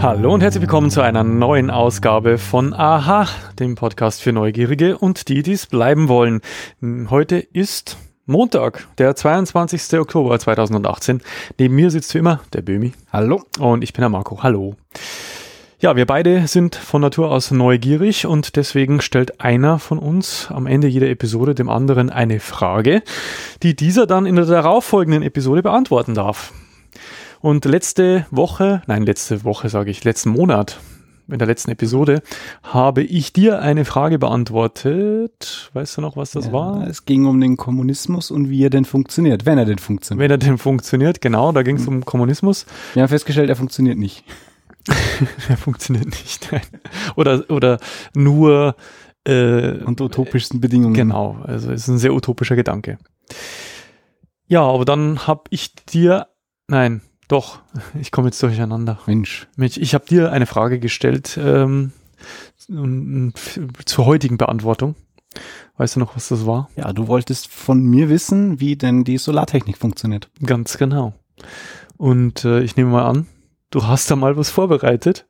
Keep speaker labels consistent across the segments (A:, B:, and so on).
A: Hallo und herzlich willkommen zu einer neuen Ausgabe von Aha, dem Podcast für Neugierige und die, die es bleiben wollen. Heute ist Montag, der 22. Oktober 2018. Neben mir sitzt wie immer der Bömi
B: Hallo.
A: und ich bin der Marco. Hallo. Ja, wir beide sind von Natur aus neugierig und deswegen stellt einer von uns am Ende jeder Episode dem anderen eine Frage, die dieser dann in der darauffolgenden Episode beantworten darf. Und letzte Woche, nein, letzte Woche sage ich, letzten Monat, in der letzten Episode, habe ich dir eine Frage beantwortet. Weißt du noch, was das
B: ja,
A: war?
B: Es ging um den Kommunismus und wie er denn funktioniert, wenn er denn funktioniert.
A: Wenn er denn funktioniert, genau, da ging es um Kommunismus.
B: Wir haben festgestellt, er funktioniert nicht.
A: Der funktioniert nicht. Nein. Oder, oder nur äh,
B: Unter utopischsten Bedingungen.
A: Genau, also es ist ein sehr utopischer Gedanke. Ja, aber dann habe ich dir, nein, doch, ich komme jetzt durcheinander.
B: Mensch.
A: Mensch, ich habe dir eine Frage gestellt ähm, und- und f- zur heutigen Beantwortung. Weißt du noch, was das war?
B: Ja, du wolltest von mir wissen, wie denn die Solartechnik funktioniert.
A: Ganz genau. Und äh, ich nehme mal an, du hast da mal was vorbereitet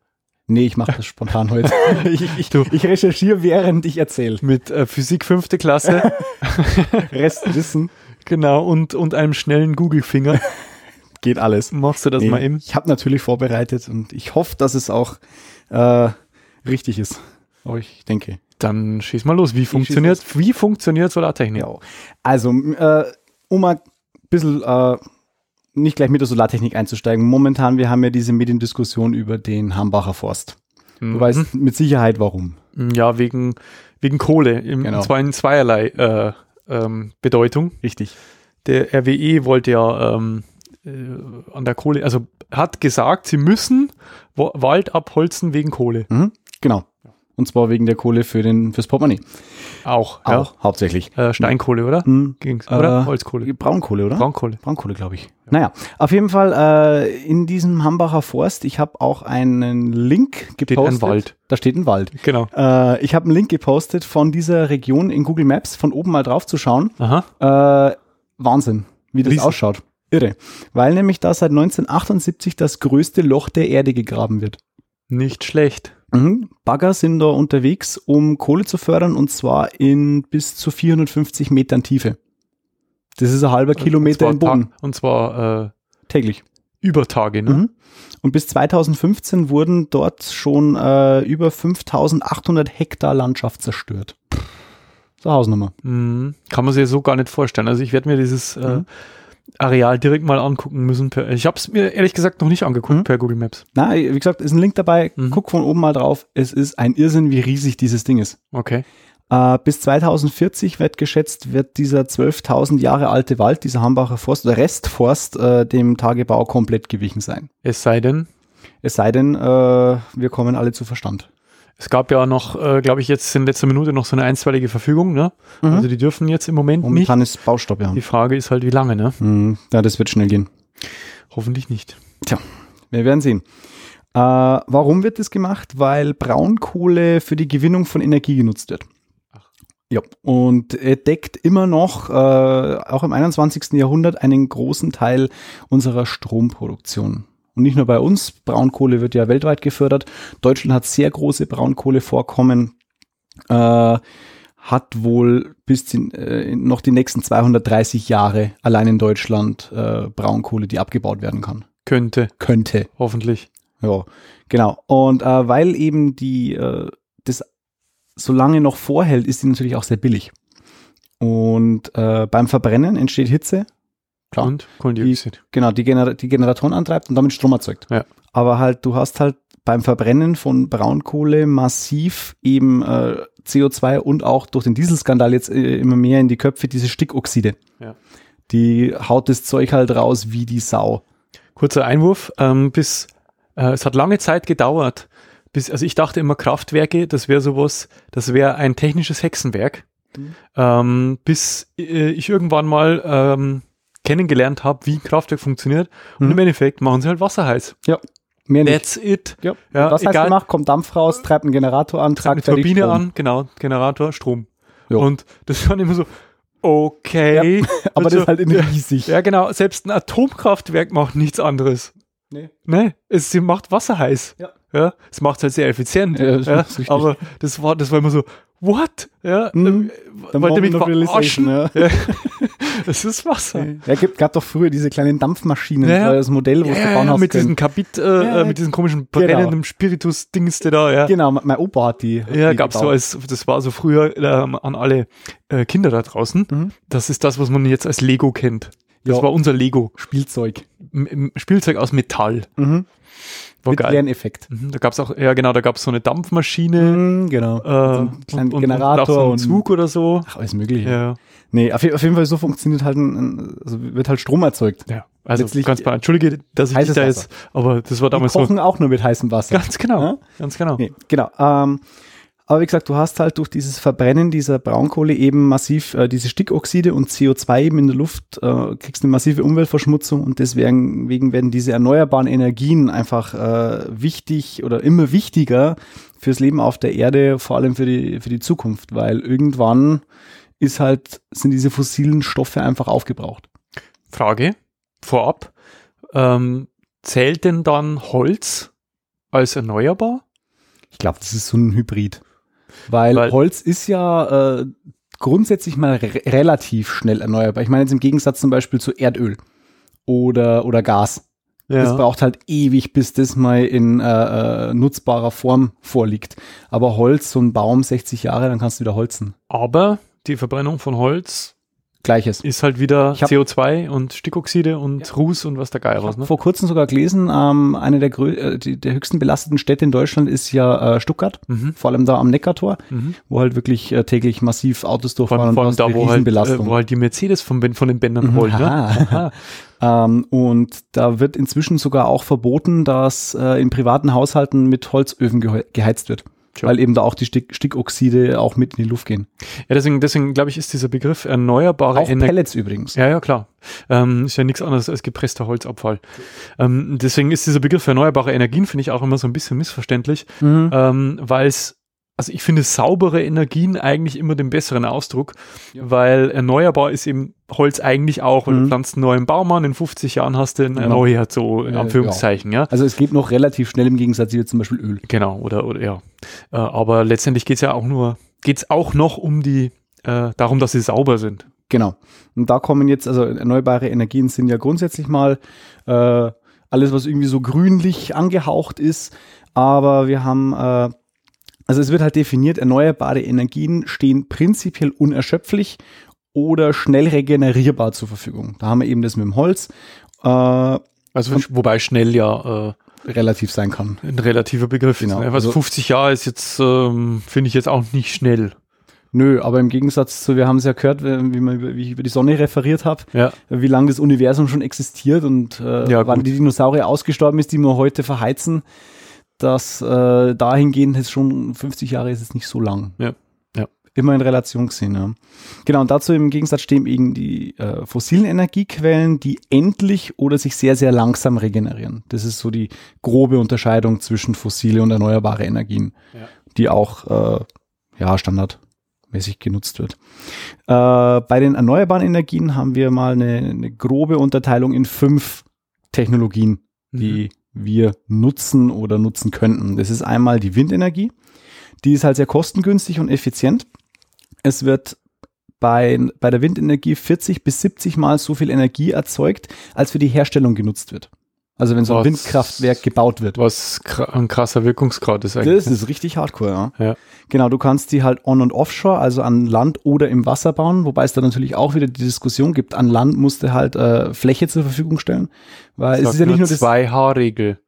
B: Nee, ich mache das spontan heute. ich, ich,
A: Du.
B: ich recherchiere, während ich erzähle.
A: mit äh, Physik fünfte Klasse,
B: Restwissen
A: genau, und, und einem schnellen Google-Finger.
B: geht alles.
A: Machst du das
B: Nee,
A: mal eben?
B: Ich habe natürlich vorbereitet und ich hoffe, dass es auch äh, richtig ist. Aber ich denke.
A: Dann schieß mal los. Wie funktioniert, wie funktioniert Solartechnik?
B: Ja. Also, m- äh, um mal ein bisschen äh, nicht gleich mit der Solartechnik einzusteigen. Momentan, wir haben ja diese Mediendiskussion über den Hambacher Forst. Du
A: Mhm.
B: weißt mit Sicherheit warum.
A: mm, Ja, wegen, wegen Kohle. Im,
B: Genau.
A: Zwar in zweierlei äh, ähm, Bedeutung.
B: Richtig.
A: Der RWE wollte ja ähm, äh, an der Kohle, also hat gesagt, sie müssen Wo Wald abholzen wegen Kohle.
B: Mhm. Genau. Und zwar wegen der Kohle für den, fürs Portemonnaie.
A: Auch,
B: Auch, hauptsächlich.
A: ja. Äh, Steinkohle, oder?
B: Mhm.
A: Ging's, oder?
B: Äh,
A: Holzkohle.
B: Braunkohle, oder?
A: Braunkohle.
B: Braunkohle, glaube ich. Naja, auf jeden Fall äh, in diesem Hambacher Forst, ich habe auch einen Link
A: ein
B: gepostet.
A: Wald.
B: Da steht ein Wald.
A: Genau.
B: Äh, ich habe einen Link gepostet von dieser Region in Google Maps, von oben mal drauf zu schauen.
A: Aha.
B: Äh, Wahnsinn, wie das
A: Riesen.
B: ausschaut. Irre. Weil nämlich da seit 1978 das größte Loch der Erde gegraben wird.
A: Nicht schlecht.
B: Mhm. Bagger sind da unterwegs, um Kohle zu fördern und zwar in bis zu 450 Metern Tiefe. Das ist ein
A: Äh,
B: halber Kilometer im
A: und zwar,
B: Boden,
A: ta- und zwar äh,
B: täglich.
A: über Tage, ne?
B: Mhm. Und bis 2015 wurden dort schon äh, über 5800 Hektar Landschaft zerstört. So Hausnummer.
A: Mhm. Kann man sich ja so gar nicht vorstellen. Also ich werde mir dieses äh,
B: Mhm.
A: Areal direkt mal angucken müssen. Per, ich habe es mir ehrlich gesagt noch nicht angeguckt
B: Mhm.
A: per Google Maps.
B: Na, wie gesagt, ist ein Link dabei.
A: Mhm.
B: Guck von oben mal drauf. Es ist ein Irrsinn, wie riesig dieses Ding ist.
A: Okay.
B: Äh, bis 2040 wird geschätzt, wird dieser 12.000 Jahre alte Wald, dieser Hambacher Forst oder Restforst, äh, dem Tagebau komplett gewichen sein.
A: Es sei denn,
B: Es sei denn, äh, wir kommen alle zu Verstand.
A: es gab ja noch, äh, glaube ich, jetzt in letzter Minute noch so eine einstweilige Verfügung. Ne? Also die dürfen jetzt im Moment
B: Mhm. Momentan ist Baustopp, ja.
A: nicht. Die Frage ist halt, wie lange. Ne?
B: Mhm. Ja, das wird schnell gehen.
A: Hoffentlich nicht.
B: Wir werden sehen. Äh, warum wird das gemacht? Weil Braunkohle für die Gewinnung von Energie genutzt wird.
A: Ach.
B: Ja, und äh, deckt immer noch, äh, auch im 21. Jahrhundert, einen großen Teil unserer Stromproduktion. Und nicht nur bei uns, Braunkohle wird ja weltweit gefördert. Deutschland hat sehr große Braunkohlevorkommen, äh, hat wohl bis in, äh, in noch die nächsten 230 Jahre allein in Deutschland äh, Braunkohle, die abgebaut werden kann.
A: Könnte,
B: Könnte.
A: hoffentlich.
B: Ja, genau. Und äh, weil eben die äh, das so lange noch vorhält, ist die natürlich auch sehr billig. Und äh, beim Verbrennen entsteht Hitze, Klar.
A: Und Kohlendioxid.
B: genau, die, Gener die Generatoren antreibt und damit Strom erzeugt.
A: Ja.
B: Aber halt, du hast halt beim Verbrennen von Braunkohle massiv eben äh, CO2 und auch durch den Dieselskandal jetzt äh, immer mehr in die Köpfe diese Stickoxide.
A: Ja.
B: Die haut das Zeug halt raus wie die Sau.
A: Kurzer Einwurf. Ähm, bis, äh, es hat lange Zeit gedauert. Bis, also ich dachte immer, Kraftwerke, das wäre sowas, das wäre ein technisches Hexenwerk.
B: Mhm.
A: Ähm, bis äh, ich irgendwann mal ähm, kennengelernt habe, wie ein Kraftwerk funktioniert. Und
B: Mhm.
A: im Endeffekt machen sie halt Wasser heiß.
B: Mehr nicht.
A: That's it.
B: Ja,
A: Ja,
B: was heißt
A: egal.
B: gemacht? Kommt Dampf raus, treibt einen Generator an,
A: Eine
B: tragt fertig um.
A: Turbine
B: Strom.
A: an, genau, Generator, Strom.
B: Jo.
A: Und das war immer so, okay.
B: Aber das
A: Also,
B: ist halt immer riesig.
A: Ja, genau, selbst ein Atomkraftwerk macht nichts anderes.
B: Nee.
A: Ne? Es, sie macht Wasser heiß.
B: Ja.
A: Ja, das macht es halt sehr effizient.
B: Ja, das
A: ja,
B: ist richtig.
A: aber das war, das war immer so, what? Ja,
B: Mhm.
A: äh, wollt ihr mich verarschen?
B: ja.
A: Das ähm, ist Wasser.
B: Ja, gibt, gab doch früher diese kleinen Dampfmaschinen,
A: Ja, ja.
B: das Modell, wo
A: Ja,
B: es
A: ja,
B: gebaut
A: ja,
B: hast.
A: mit
B: können.
A: diesem Kabit, äh,
B: Ja,
A: äh, mit diesem komischen brennenden Spiritus-Dings, der da, ja.
B: Genau, mein Opa hat die. hat
A: Ja,
B: die
A: gab's so
B: gebaut.
A: als, das war so früher ähm, an alle äh, Kinder da draußen.
B: Mhm.
A: Das ist das, was man jetzt als Lego kennt. Das
B: Ja.
A: war unser Lego.
B: Spielzeug.
A: M- M Spielzeug aus Metall.
B: Mhm.
A: War
B: Mit
A: geil.
B: Lerneffekt.
A: Mhm, Da gab's auch, ja genau, da gab's so eine Dampfmaschine
B: Mhm, genau.
A: äh, und,
B: kleinen
A: und, und
B: Generator
A: auch so einen
B: und-
A: Zug oder so.
B: Ach, alles Mögliche.
A: Ja,
B: Nee, auf, je- auf jeden Fall so funktioniert halt ein- ein, also wird halt Strom erzeugt.
A: ja. Also
B: Letztlich- äh,
A: ganz bei, entschuldige, dass ich dich
B: Heißes
A: da
B: Wasser.
A: jetzt, aber das war
B: Die
A: damals so.
B: kochen auch nur mit heißem Wasser.
A: Ganz genau,
B: Ja?
A: ganz genau.
B: Nee, genau. Ähm, aber wie gesagt, du hast halt durch dieses Verbrennen dieser Braunkohle eben massiv äh, diese Stickoxide und CO2 eben in der Luft, äh, kriegst eine massive Umweltverschmutzung und deswegen wegen werden diese erneuerbaren Energien einfach äh, wichtig oder immer wichtiger fürs Leben auf der Erde, vor allem für die, für die Zukunft, weil irgendwann ist halt, sind diese fossilen Stoffe einfach aufgebraucht.
A: Frage vorab. Ähm, zählt denn dann Holz als erneuerbar?
B: Ich glaube, das ist so ein Hybrid. Weil,
A: Weil-
B: Holz ist ja äh, grundsätzlich mal re relativ schnell erneuerbar. Ich meine jetzt im Gegensatz zum Beispiel zu Erdöl oder, oder Gas. Das braucht halt ewig, bis das mal in äh, äh, nutzbarer Form vorliegt. Aber Holz, so ein Baum, 60 Jahre, dann kannst du wieder holzen.
A: Aber die Verbrennung von Holz
B: Gleiches.
A: ist halt wieder
B: Ich hab-
A: CO2 und Stickoxide und Ruß und was der Geil
B: Ich
A: was.
B: habe
A: Ne?
B: vor kurzem sogar gelesen, ähm, eine der, grö äh, die, der höchsten belasteten Städte in Deutschland ist ja äh, Stuttgart,
A: Mhm.
B: vor allem da am Neckartor,
A: Mhm.
B: wo halt wirklich äh, täglich massiv Autos
A: Vor,
B: durchfahren
A: allem-
B: und
A: vor
B: du
A: allem
B: hast
A: da,
B: eine
A: wo halt, äh,
B: Riesenbelastung.
A: wo halt die Mercedes von, Ben- von den Bändern rollt. Ne?
B: Aha. Mhm, ähm, und da wird inzwischen sogar auch verboten, dass äh, in privaten Haushalten mit Holzöfen gehe geheizt wird.
A: Tja.
B: Weil eben da auch die Stick Stickoxide auch mit in die Luft gehen.
A: Ja, deswegen, deswegen glaube ich, ist dieser Begriff erneuerbare
B: Auch
A: Energie.
B: Pellets übrigens.
A: Ja, ja, klar. Ähm, ist ja nichts anderes als gepresster Holzabfall. Ähm, deswegen ist dieser Begriff erneuerbare Energien, finde ich, auch immer so ein bisschen missverständlich.
B: Mhm.
A: ähm, weil es, also ich finde saubere Energien eigentlich immer den besseren Ausdruck,
B: Ja.
A: weil erneuerbar ist eben Holz eigentlich auch, weil du
B: Mhm.
A: pflanzt einen neuen Baum an, in 50 Jahren hast du einen
B: Genau.
A: erneuert, so in
B: Äh,
A: Anführungszeichen, ja.
B: Also es geht noch relativ schnell im Gegensatz hier zum Beispiel Öl.
A: Genau, oder, oder ja. Äh, aber letztendlich geht's ja auch nur, geht's auch noch um die, äh, darum, dass sie sauber sind.
B: Genau. Und da kommen jetzt, also erneuerbare Energien sind ja grundsätzlich mal äh, alles, was irgendwie so grünlich angehaucht ist. Aber wir haben, äh, also es wird halt definiert, erneuerbare Energien stehen prinzipiell unerschöpflich oder schnell regenerierbar zur Verfügung. Da haben wir eben das mit dem Holz, äh,
A: Also, wobei schnell ja äh,
B: relativ sein kann.
A: ein relativer Begriff
B: Genau,
A: ist. Ne? Was
B: also-
A: 50 Jahre ist jetzt, ähm, finde ich jetzt auch nicht schnell.
B: Nö, aber im Gegensatz zu, wir haben es ja gehört, wie, man, über- wie ich über die Sonne referiert habe,
A: Ja.
B: wie lange das Universum schon existiert und äh,
A: Ja,
B: wann
A: gut.
B: die Dinosaurier ausgestorben ist, die wir heute verheizen, dass äh, dahingehend ist schon 50 Jahre ist es nicht so lang.
A: Ja, ja.
B: Immer in Relation gesehen, ja. Genau, und dazu im Gegensatz stehen eben die äh, fossilen Energiequellen, die endlich oder sich sehr, sehr langsam regenerieren. Das ist so die grobe Unterscheidung zwischen fossile und erneuerbare Energien,
A: Ja.
B: die auch äh, ja, standardmäßig genutzt wird. Äh, bei den erneuerbaren Energien haben wir mal eine, eine grobe Unterteilung in fünf Technologien,
A: Mhm.
B: die wir nutzen oder nutzen könnten. Das ist einmal die Windenergie. Die ist halt sehr kostengünstig und effizient. Es wird bei, bei der Windenergie 40 bis 70 Mal so viel Energie erzeugt, als für die Herstellung genutzt wird. Also wenn so ein
A: Was-
B: Windkraftwerk gebaut wird.
A: Was kra ein krasser Wirkungsgrad ist eigentlich. ne?
B: Das ist richtig hardcore, ja.
A: Ja.
B: Genau, du kannst die halt on- und offshore, also an Land oder im Wasser bauen, wobei es da natürlich auch wieder die Diskussion gibt, an Land musst du halt äh, Fläche zur Verfügung stellen, weil es
A: Sagt
B: ist ja nicht nur das...
A: zwei H-Regel.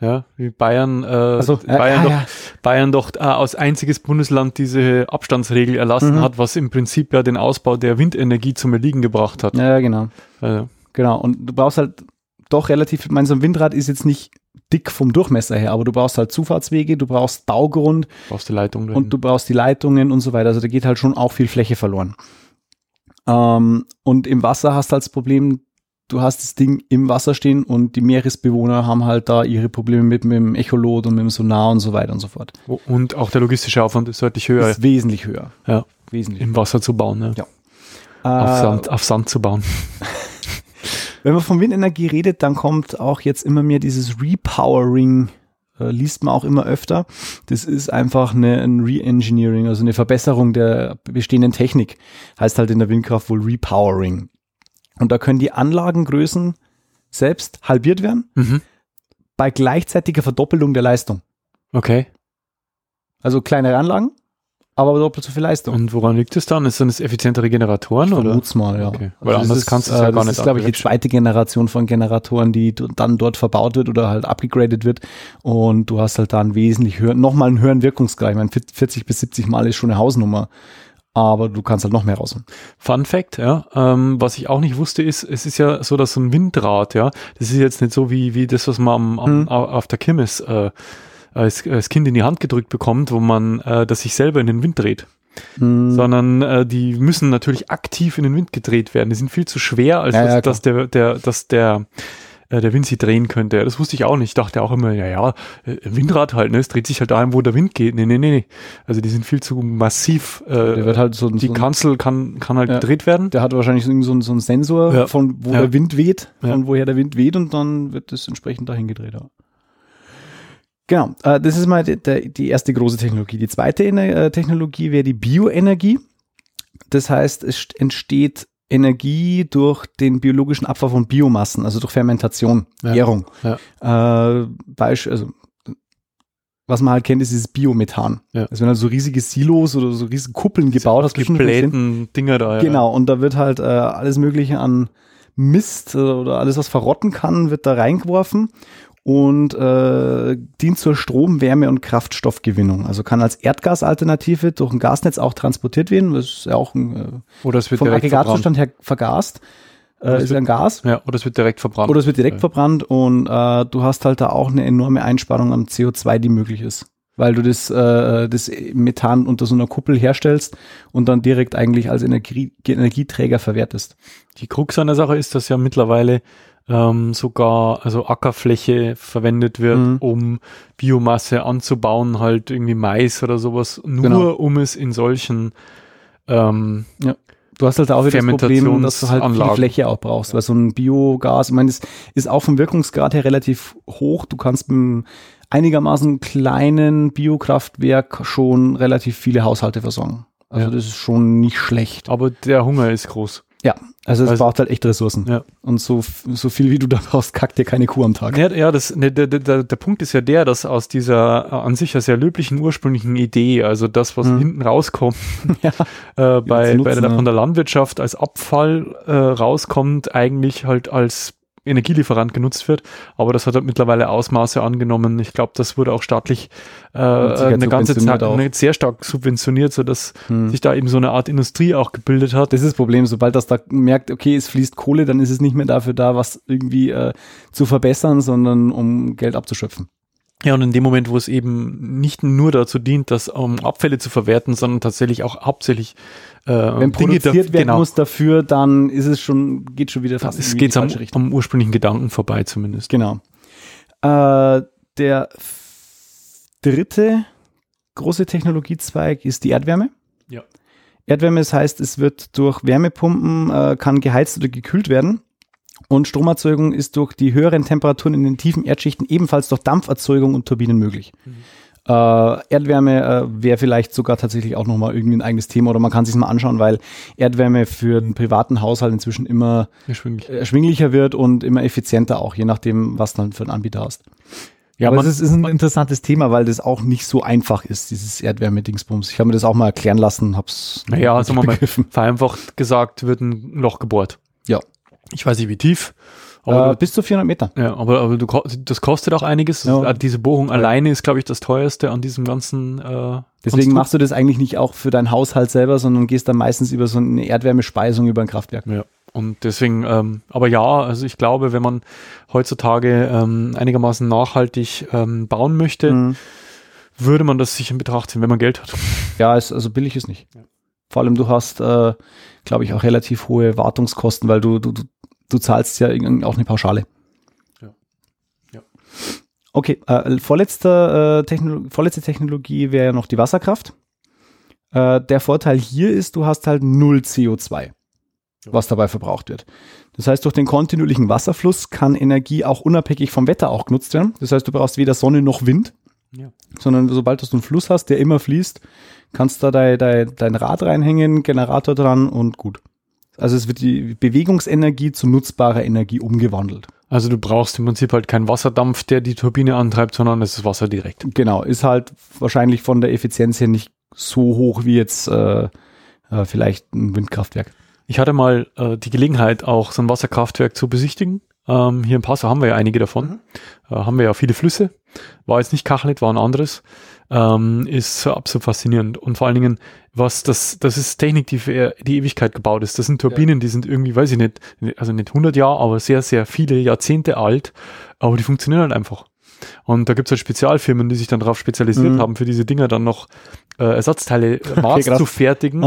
A: Ja, wie Bayern, äh,
B: Also, äh,
A: Bayern,
B: ah,
A: doch,
B: ja.
A: Bayern doch äh, als einziges Bundesland diese Abstandsregel erlassen
B: Mhm.
A: hat, was im Prinzip ja den Ausbau der Windenergie zum Erliegen gebracht hat.
B: ja, genau.
A: Äh,
B: Genau, und du brauchst halt doch relativ, ich meine, so ein Windrad ist jetzt nicht dick vom Durchmesser her, aber du brauchst halt Zufahrtswege, du brauchst Baugrund
A: brauchst du Leitung dahin.
B: und du brauchst die Leitungen und so weiter. Also da geht halt schon auch viel Fläche verloren. Ähm, und im Wasser hast du halt das Problem, du hast das Ding im Wasser stehen und die Meeresbewohner haben halt da ihre Probleme mit, mit dem Echolot und mit dem Sonar und so weiter und so fort.
A: O- und auch der logistische Aufwand ist deutlich höher,
B: Ist wesentlich höher.
A: Ja.
B: Wesentlich.
A: im Wasser zu bauen, ne?
B: Ja.
A: auf,
B: Äh,
A: Sand, auf Sand zu bauen.
B: Wenn man von Windenergie redet, dann kommt auch jetzt immer mehr dieses Repowering äh, liest man auch immer öfter. Das ist einfach eine, ein Reengineering, also eine Verbesserung der bestehenden Technik. Heißt halt in der Windkraft wohl Repowering. Und da können die Anlagengrößen selbst halbiert werden
A: Mhm.
B: bei gleichzeitiger Verdoppelung der Leistung.
A: Okay.
B: Also kleinere Anlagen, aber doppelt so viel Leistung.
A: Und woran liegt es dann? Ist dann das effizientere Generatoren oder?
B: Vermut's mal, ja. Also
A: Okay. Weil anders
B: das
A: kannst
B: ist,
A: du's ja
B: äh,
A: gar
B: das
A: nicht
B: ist, glaube ich, die
A: abwirtschaften.
B: zweite Generation von Generatoren, die d- dann dort verbaut wird oder halt abgegradet wird. Und du hast halt da einen wesentlich höheren, nochmal einen höheren Wirkungsgrad. Ich meine, 40 bis 70 Mal ist schon eine Hausnummer. Aber du kannst halt noch mehr rausholen.
A: Fun Fact, ja, ähm, was ich auch nicht wusste, ist, es ist ja so, dass so ein Windrad, ja, das ist jetzt nicht so wie, wie das, was man am, am,
B: Mhm.
A: au- auf der Kirmes äh, als, als Kind in die Hand gedrückt bekommt, wo man äh, das sich selber in den Wind dreht,
B: Hm,
A: sondern äh, die müssen natürlich aktiv in den Wind gedreht werden. Die sind viel zu schwer, als
B: Ja,
A: dass,
B: ja,
A: dass der, der, dass der äh, der Wind sie drehen könnte. Ja, Das wusste ich auch nicht. Ich dachte auch immer, ja, ja, äh, Windrad halt, ne? Es dreht sich halt dahin, wo der Wind geht. Nee, nee, nee, nee. Also die sind viel zu massiv.
B: der
A: Äh,
B: wird halt so,
A: die
B: so
A: Kanzel kann, kann halt
B: Ja.
A: gedreht werden.
B: der hat wahrscheinlich so, irgend so, einen- so einen Sensor,
A: Ja.
B: von wo
A: Ja.
B: der Wind weht,
A: Ja.
B: von woher der Wind weht und dann wird das entsprechend dahin gedreht. Ja. Genau, äh, das ist mal die, der, die erste große Technologie. Die zweite Ener- äh, Technologie wäre die Bioenergie. Das heißt, es st- entsteht Energie durch den biologischen Abfall von Biomassen, also durch Fermentation,
A: Ja.
B: Gärung. Äh, Beisch- also, was man halt kennt, ist dieses Biomethan.
A: Ja.
B: Also wenn halt so riesige Silos oder so riesige Kuppeln gebaut hast, bestimmt gesehen.
A: geblähten Dinger da. Ja.
B: Genau, und da wird halt äh, alles Mögliche an Mist äh, oder alles, was verrotten kann, wird da reingeworfen und äh, dient zur Strom-, Wärme- und Kraftstoffgewinnung. Also kann als Erdgasalternative durch ein Gasnetz auch transportiert werden. Das ist ja auch ein,
A: Oder es
B: äh,
A: wird
B: vom
A: direkt verbrannt.
B: Aggregatzustand her vergast.
A: Das
B: Äh, ist ja
A: wird-
B: ein Gas.
A: Ja, oder es wird direkt verbrannt.
B: Oder es wird direkt
A: Ja.
B: verbrannt und äh, du hast halt da auch eine enorme Einsparung am CO2, die möglich ist. Weil du das, äh, das Methan unter so einer Kuppel herstellst und dann direkt eigentlich als Energie, Energieträger verwertest.
A: Die Krux an der Sache ist, dass ja mittlerweile ähm, sogar also Ackerfläche verwendet wird,
B: Mhm.
A: um Biomasse anzubauen, halt irgendwie Mais oder sowas, nur
B: Genau.
A: um es in solchen ähm,
B: Du hast halt auch wieder das Problem, dass du halt viel
A: Fermentationsanlagen.
B: Fläche auch brauchst, weil so ein Biogas, ich meine, das ist auch vom Wirkungsgrad her relativ hoch. Du kannst mit einem einigermaßen kleinen Biokraftwerk schon relativ viele Haushalte versorgen. Also
A: Ja.
B: das ist schon nicht schlecht.
A: aber der Hunger ist groß.
B: Also es
A: Also-
B: braucht halt echt Ressourcen.
A: Ja.
B: Und so, f- so viel wie du da brauchst, kackt dir keine Kuh am Tag.
A: Ja, ja das, ne, der, der, der Punkt ist ja der, dass aus dieser äh, an sich ja sehr löblichen ursprünglichen Idee, also das, was
B: Mhm.
A: hinten rauskommt,
B: Ja.
A: äh, bei,
B: nutzen,
A: bei der,
B: ja.
A: von der Landwirtschaft als Abfall äh, rauskommt, eigentlich halt als Energielieferant genutzt wird, aber das hat halt mittlerweile Ausmaße angenommen. Ich glaube, das wurde auch staatlich äh,
B: sicher
A: eine ganze
B: subventioniert
A: Zeit
B: auch.
A: ne, sehr stark subventioniert, sodass
B: Hm.
A: sich da eben so eine Art Industrie auch gebildet hat.
B: Das ist das Problem. Sobald das da merkt, okay, es fließt Kohle, dann ist es nicht mehr dafür da, was irgendwie äh, zu verbessern, sondern um Geld abzuschöpfen.
A: Ja, und in dem Moment, wo es eben nicht nur dazu dient, das um Abfälle zu verwerten, sondern tatsächlich auch hauptsächlich äh,
B: Wenn produziert
A: daf-
B: werden
A: genau,
B: muss dafür, dann ist es schon, geht schon wieder fast
A: es
B: irgendwie
A: geht
B: in
A: am,
B: die falsche Richtung.
A: am ursprünglichen Gedanken vorbei zumindest.
B: Genau. Äh, der f- dritte große Technologiezweig ist die Erdwärme.
A: Ja.
B: Erdwärme, das heißt, es wird durch Wärmepumpen äh, kann geheizt oder gekühlt werden. Und Stromerzeugung ist durch die höheren Temperaturen in den tiefen Erdschichten ebenfalls durch Dampferzeugung und Turbinen möglich. Äh, Erdwärme äh, wäre vielleicht sogar tatsächlich auch nochmal irgendwie ein eigenes Thema oder man kann sich mal anschauen, weil Erdwärme für den privaten Haushalt inzwischen immer
A: Erschwinglich.
B: erschwinglicher wird und immer effizienter auch, je nachdem, was dann für einen Anbieter hast.
A: Ja,
B: Aber
A: man-
B: es ist, ist ein interessantes Thema, weil das auch nicht so einfach ist, dieses Erdwärme-Dingsbums. Ich habe mir das auch mal erklären lassen, hab's
A: Naja,
B: nicht
A: sagen wir mal,
B: begriffen.
A: vereinfacht gesagt, wird ein Loch gebohrt.
B: Ja.
A: Ich weiß nicht, wie tief,
B: Äh,
A: aber,
B: bis zu 400 Meter.
A: du, ja, aber, aber du, ko- das kostet auch einiges.
B: Äh, Ja.
A: Äh, Diese Bohrung alleine ist, glaube ich, das teuerste an diesem ganzen. Äh,
B: Deswegen
A: Konstrukt.
B: machst du das eigentlich nicht auch für deinen Haushalt selber, sondern gehst dann meistens über so eine Erdwärmespeisung über ein Kraftwerk.
A: Ja. Und deswegen, ähm, aber ja, also ich glaube, wenn man heutzutage ähm, einigermaßen nachhaltig ähm, bauen möchte,
B: Mhm.
A: würde man das sich in Betracht ziehen, wenn man Geld hat.
B: Ja, ist, also billig ist nicht. Vor allem du hast, äh, glaube ich, auch relativ hohe Wartungskosten, weil du, du, du, du zahlst ja irgend- auch eine Pauschale.
A: Ja. Ja.
B: Okay, äh, vorletzte, äh, Technolo vorletzte Technologie wäre ja noch die Wasserkraft. Äh, der Vorteil hier ist, du hast halt null CO2. was dabei verbraucht wird. Das heißt, durch den kontinuierlichen Wasserfluss kann Energie auch unabhängig vom Wetter auch genutzt werden. Das heißt, du brauchst weder Sonne noch Wind,
A: Ja.
B: sondern sobald du so einen Fluss hast, der immer fließt, kannst da dein, dein, dein Rad reinhängen, Generator dran und gut. Also es wird die Bewegungsenergie zu nutzbarer Energie umgewandelt.
A: Also du brauchst im Prinzip halt keinen Wasserdampf, der die Turbine antreibt, sondern es ist Wasser direkt.
B: Genau, ist halt wahrscheinlich von der Effizienz her nicht so hoch wie jetzt äh, äh, vielleicht ein Windkraftwerk.
A: Ich hatte mal äh, die Gelegenheit, auch so ein Wasserkraftwerk zu besichtigen. Ähm, hier in Passau haben wir ja einige davon.
B: Mhm.
A: Äh, haben wir ja viele Flüsse. War jetzt nicht Kachlet, war ein anderes. Ähm, ist so absolut faszinierend. Und vor allen Dingen, was das, das ist Technik, die für die Ewigkeit gebaut ist. Das sind Turbinen, die sind irgendwie, weiß ich nicht, also nicht 100 Jahre, aber sehr, sehr viele Jahrzehnte alt. Aber die funktionieren halt einfach. Und da gibt es halt Spezialfirmen, die sich dann darauf spezialisiert
B: Mhm.
A: haben, für diese Dinger dann noch äh, Ersatzteile äh,
B: krass. Ah.
A: maßzufertigen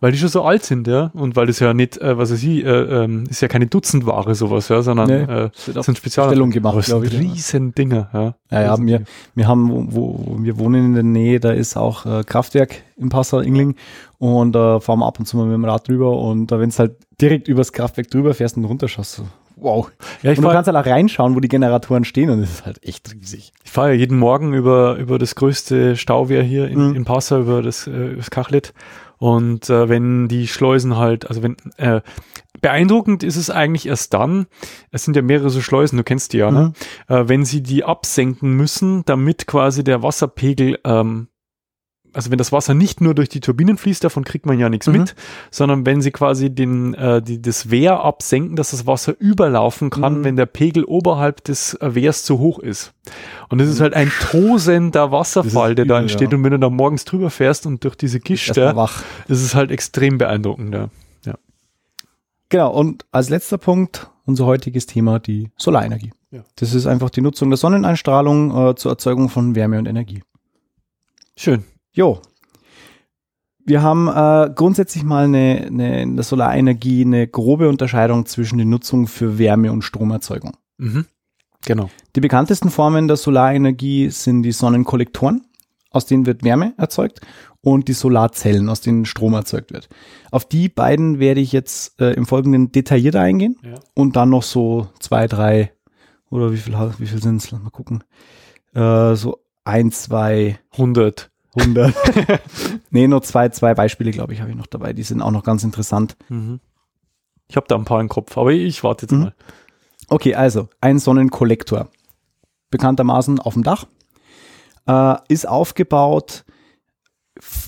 A: weil die schon so alt sind, ja, und weil das ja nicht, äh, was weiß ich, äh, ähm, ist ja keine Dutzendware sowas, ja, sondern
B: Nee.
A: äh,
B: Steht
A: das
B: auf
A: sind Spezial.
B: Bestellung gemacht,
A: aber es sind
B: glaub ich, ja.
A: riesen Dinger, ja.
B: Ja, ja, wir, wir haben, wo- wo, wo wir wohnen in der Nähe, da ist auch äh, Kraftwerk im Passau Ingling und da fahren wir ab und zu mal mit dem Rad drüber und äh, wenn es halt direkt übers Kraftwerk drüber fährst und runterschaust, so, wow.
A: Ja, ich
B: und du
A: fahr-
B: kannst halt auch reinschauen, wo die Generatoren stehen und es ist halt echt riesig.
A: Ich fahre ja jeden Morgen über, über das größte Stauwehr hier in,
B: Mhm.
A: in Passau, über das, äh, das Kachlet. Und äh, wenn die Schleusen halt, also wenn, äh, beeindruckend ist es eigentlich erst dann, es sind ja mehrere so Schleusen, du kennst die ja,
B: Mhm.
A: ne? Äh, wenn sie die absenken müssen, damit quasi der Wasserpegel, ähm, also wenn das Wasser nicht nur durch die Turbinen fließt, davon kriegt man ja nichts
B: Mhm.
A: mit, sondern wenn sie quasi den, äh, die, das Wehr absenken, dass das Wasser überlaufen kann,
B: Mhm.
A: wenn der Pegel oberhalb des äh, Wehrs zu hoch ist. Und das ist halt ein tosender Wasserfall, der da
B: übel,
A: entsteht.
B: ja.
A: Und wenn du da morgens drüber fährst und durch diese Gischt,
B: Erstmal
A: ja,
B: wach.
A: das ist halt extrem beeindruckend. Ja.
B: Genau, und als letzter Punkt unser heutiges Thema, die Solarenergie.
A: Ja.
B: Das ist einfach die Nutzung der Sonneneinstrahlung äh, zur Erzeugung von Wärme und Energie.
A: Schön.
B: Jo. Wir haben äh, grundsätzlich mal eine, eine in der Solarenergie eine grobe Unterscheidung zwischen der Nutzung für Wärme und Stromerzeugung.
A: Mhm. Genau.
B: Die bekanntesten Formen der Solarenergie sind die Sonnenkollektoren, aus denen wird Wärme erzeugt, und die Solarzellen, aus denen Strom erzeugt wird. Auf die beiden werde ich jetzt äh, im Folgenden detaillierter eingehen
A: Ja.
B: und dann noch so zwei, drei oder wie viel, ha- wie viel sind's? Lass mal gucken. Äh, so ein, zwei
A: 100.
B: 100. nee, nur zwei, zwei Beispiele, glaube ich, habe ich noch dabei. Die sind auch noch ganz interessant.
A: Mhm. Ich habe da ein paar im Kopf, aber ich warte jetzt
B: Mhm.
A: mal.
B: Okay, also ein Sonnenkollektor. Bekanntermaßen auf dem Dach. Äh, ist aufgebaut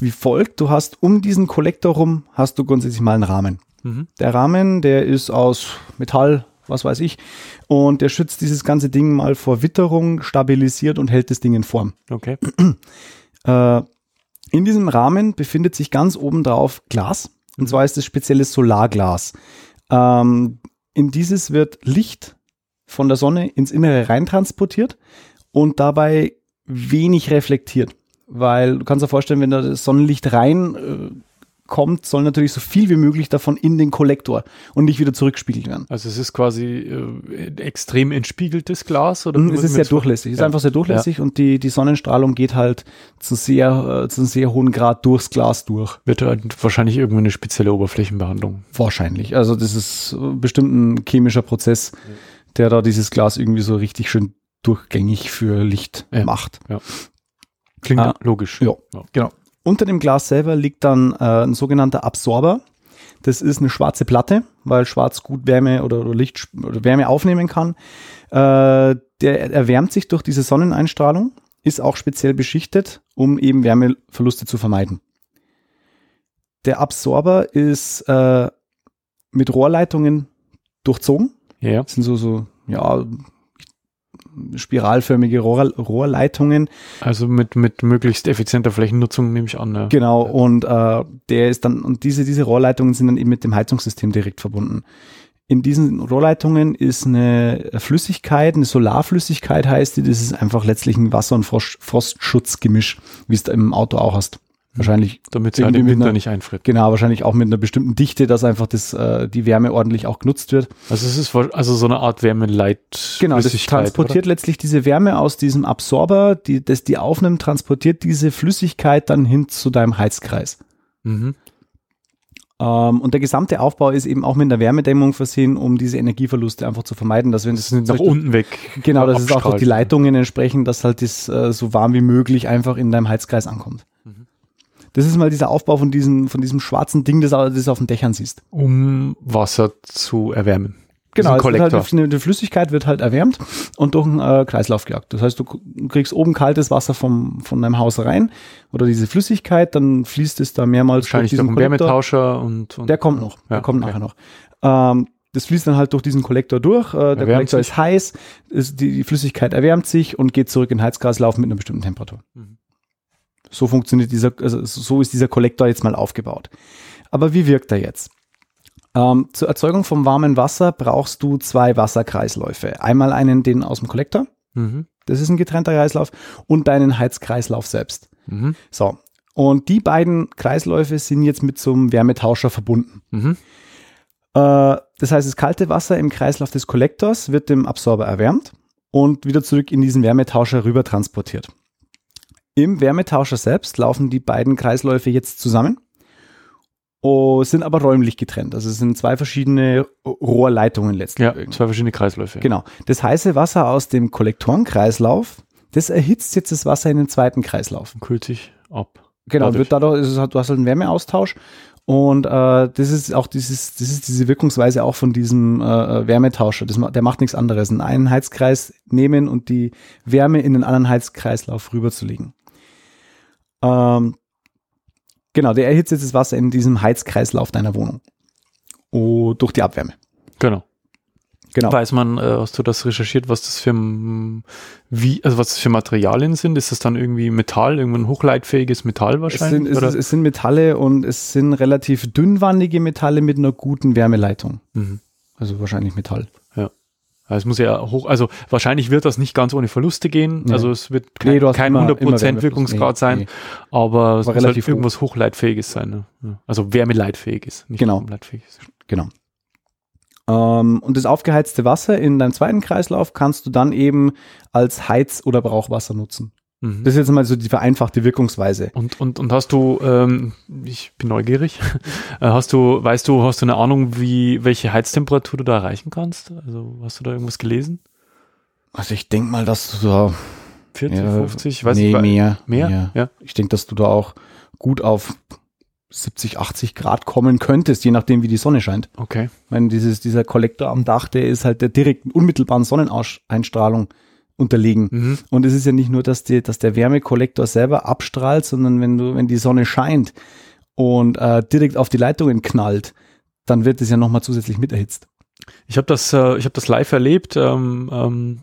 B: wie folgt. Du hast um diesen Kollektor rum, hast du grundsätzlich mal einen Rahmen.
A: Mhm.
B: Der Rahmen, der ist aus Metall, was weiß ich. Und der schützt dieses ganze Ding mal vor Witterung, stabilisiert und hält das Ding in Form.
A: Okay.
B: Äh, in diesem Rahmen befindet sich ganz oben drauf Glas. Und zwar ist es spezielles Solarglas. Ähm, in dieses wird Licht von der Sonne ins Innere rein transportiert und dabei wenig reflektiert. Weil du kannst dir vorstellen, wenn da das Sonnenlicht rein äh, kommt, soll natürlich so viel wie möglich davon in den Kollektor und nicht wieder zurückgespiegelt werden.
A: Also es ist quasi äh, extrem entspiegeltes Glas oder wie
B: Mhm, Es
A: muss
B: ist
A: ich
B: sehr
A: mir das
B: durchlässig, es ist
A: Ja.
B: einfach sehr durchlässig und die, die Sonnenstrahlung geht halt zu sehr, äh, zu einem sehr hohen Grad durchs Glas durch.
A: Wird halt wahrscheinlich irgendwo eine spezielle Oberflächenbehandlung.
B: Wahrscheinlich. Also das ist äh, bestimmt ein chemischer Prozess, der da dieses Glas irgendwie so richtig schön durchgängig für Licht
A: Ja.
B: macht.
A: Klingt
B: Ah.
A: logisch.
B: Ja,
A: Ja.
B: genau. Unter dem Glas selber liegt dann äh, ein sogenannter Absorber. Das ist eine schwarze Platte, weil schwarz gut Wärme oder, oder Licht sp- oder Wärme aufnehmen kann. Äh, der erwärmt sich durch diese Sonneneinstrahlung, ist auch speziell beschichtet, um eben Wärmeverluste zu vermeiden. Der Absorber ist äh, mit Rohrleitungen durchzogen.
A: Ja.
B: Das sind so, so ja, spiralförmige Rohr, Rohrleitungen,
A: Also mit, mit möglichst effizienter Flächennutzung nehme ich an. Ja.
B: Genau, und äh, der ist dann, und diese, diese Rohrleitungen sind dann eben mit dem Heizungssystem direkt verbunden. In diesen Rohrleitungen ist eine Flüssigkeit, eine Solarflüssigkeit heißt die, das ist einfach letztlich ein Wasser- und Frosch, Frostschutzgemisch, wie es da im Auto auch hast. Wahrscheinlich,
A: Damit sie halt
B: Irgendwie
A: im
B: mit
A: Winter
B: einer-
A: nicht einfriert.
B: genau, wahrscheinlich auch mit einer bestimmten Dichte, dass einfach das, äh, die Wärme ordentlich auch genutzt wird.
A: Also es ist wohl- also so eine Art Wärmeleit.
B: Genau, das
A: Flüssigkeit,
B: transportiert letztlich diese Wärme aus diesem Absorber, die, das die aufnimmt, transportiert diese Flüssigkeit dann hin zu deinem Heizkreis.
A: Oder? Mhm.
B: Ähm, und der gesamte Aufbau ist eben auch mit einer Wärmedämmung versehen, um diese Energieverluste einfach zu vermeiden, dass wenn
A: Das ist nicht nach
B: durch-
A: unten weg.
B: Genau, das ist auch durch
A: abstrahlt.
B: die Leitungen entsprechend, dass halt das äh, so warm wie möglich einfach in deinem Heizkreis ankommt.
A: Mhm.
B: Das ist mal dieser Aufbau von, diesen, von diesem schwarzen Ding, das, au- das du auf den Dächern siehst.
A: Um Wasser zu erwärmen. Diesen
B: Genau, es wird
A: Kollektor.
B: halt, auf eine- die Flüssigkeit wird halt erwärmt und durch einen äh, Kreislauf gejagt. Das heißt, du k- kriegst oben kaltes Wasser vom, von deinem Haus rein oder diese Flüssigkeit, dann fließt es da mehrmals
A: Wahrscheinlich
B: durch
A: durch
B: diesen
A: einen
B: Kollektor.
A: Wärmetauscher und, und
B: Der kommt noch, der
A: Ja,
B: kommt
A: okay.
B: nachher noch. Ähm, das fließt dann halt durch diesen Kollektor durch. Äh, der
A: Erwärmt
B: Kollektor
A: sich.
B: ist heiß, ist, die, die Flüssigkeit erwärmt sich und geht zurück in den Heizkreislauf mit einer bestimmten Temperatur.
A: Mhm.
B: So funktioniert dieser, also so ist dieser Kollektor jetzt mal aufgebaut. Aber wie wirkt er jetzt? Ähm, zur Erzeugung vom warmen Wasser brauchst du zwei Wasserkreisläufe. Einmal einen, den aus dem Kollektor,
A: Mhm.
B: das ist ein getrennter Kreislauf, und deinen Heizkreislauf selbst.
A: Mhm.
B: So. Und die beiden Kreisläufe sind jetzt mit so einem Wärmetauscher verbunden.
A: Mhm.
B: Äh, das heißt, das kalte Wasser im Kreislauf des Kollektors wird dem Absorber erwärmt und wieder zurück in diesen Wärmetauscher rüber transportiert. Im Wärmetauscher selbst laufen die beiden Kreisläufe jetzt zusammen, oh, sind aber räumlich getrennt. Also es sind zwei verschiedene Rohrleitungen letztlich.
A: Ja,
B: irgendwie.
A: zwei verschiedene Kreisläufe.
B: Genau. Das heiße Wasser aus dem Kollektorenkreislauf, das erhitzt jetzt das Wasser in den zweiten Kreislauf.
A: Und kühlt sich ab.
B: Genau,
A: Dadurch.
B: wird dadurch, ist es halt, du hast halt einen Wärmeaustausch und äh, das ist auch dieses, das ist diese Wirkungsweise auch von diesem äh, Wärmetauscher. Das, ma- der macht nichts anderes. In einen Heizkreis nehmen und die Wärme in den anderen Heizkreislauf rüberzulegen. Ähm, genau, der erhitzt jetzt das Wasser in diesem Heizkreislauf deiner Wohnung. Oh, durch die Abwärme.
A: Genau.
B: Genau.
A: Weiß man, äh, hast du das recherchiert, was das für m- wie, also was das für Materialien sind? Ist das dann irgendwie Metall, irgendein hochleitfähiges Metall
B: Es
A: wahrscheinlich?
B: sind, es,
A: oder?
B: ist- es sind Metalle und es sind relativ dünnwandige Metalle mit einer guten Wärmeleitung.
A: mhm.
B: Also wahrscheinlich Metall.
A: Ja, Es muss ja hoch, also wahrscheinlich wird das nicht ganz ohne Verluste gehen.
B: Nee.
A: Also es wird
B: Nee,
A: kein,
B: du hast
A: kein
B: immer- immer
A: 100%
B: Wärmefluss.
A: Wirkungsgrad
B: Nee,
A: sein,
B: nee.
A: aber es
B: Aber
A: muss
B: relativ
A: halt
B: hoch.
A: irgendwas hochleitfähiges sein. Ne? Ja. Also wärmeleitfähiges, nicht
B: Genau.
A: leitfähiges.
B: Genau. Ähm, und das aufgeheizte Wasser in deinem zweiten Kreislauf kannst du dann eben als Heiz- oder Brauchwasser nutzen.
A: Mhm.
B: Das ist jetzt mal so die vereinfachte Wirkungsweise.
A: Und, und, und hast du, ähm, ich bin neugierig, äh, hast du, weißt du, hast du eine Ahnung, wie, welche Heiztemperatur du da erreichen kannst? Also hast du da irgendwas gelesen?
B: Also ich denke mal, dass du da
A: 40,
B: Ja,
A: 50, weiß
B: nee,
A: ich nicht.
B: mehr,
A: Mehr? Ja.
B: Ich denke, dass du da auch gut auf 70, 80 Grad kommen könntest, je nachdem, wie die Sonne scheint.
A: Okay.
B: Ich meine, dieses, dieser Kollektor am Dach, der ist halt der direkten, unmittelbaren Sonneneinstrahlung unterlegen.
A: Mhm.
B: Und es ist ja nicht nur, dass, die, dass der Wärmekollektor selber abstrahlt, sondern wenn, du, wenn die Sonne scheint und äh, direkt auf die Leitungen knallt, dann wird es ja nochmal zusätzlich miterhitzt.
A: Ich habe das, äh, ich habe das live erlebt. Ähm, ähm,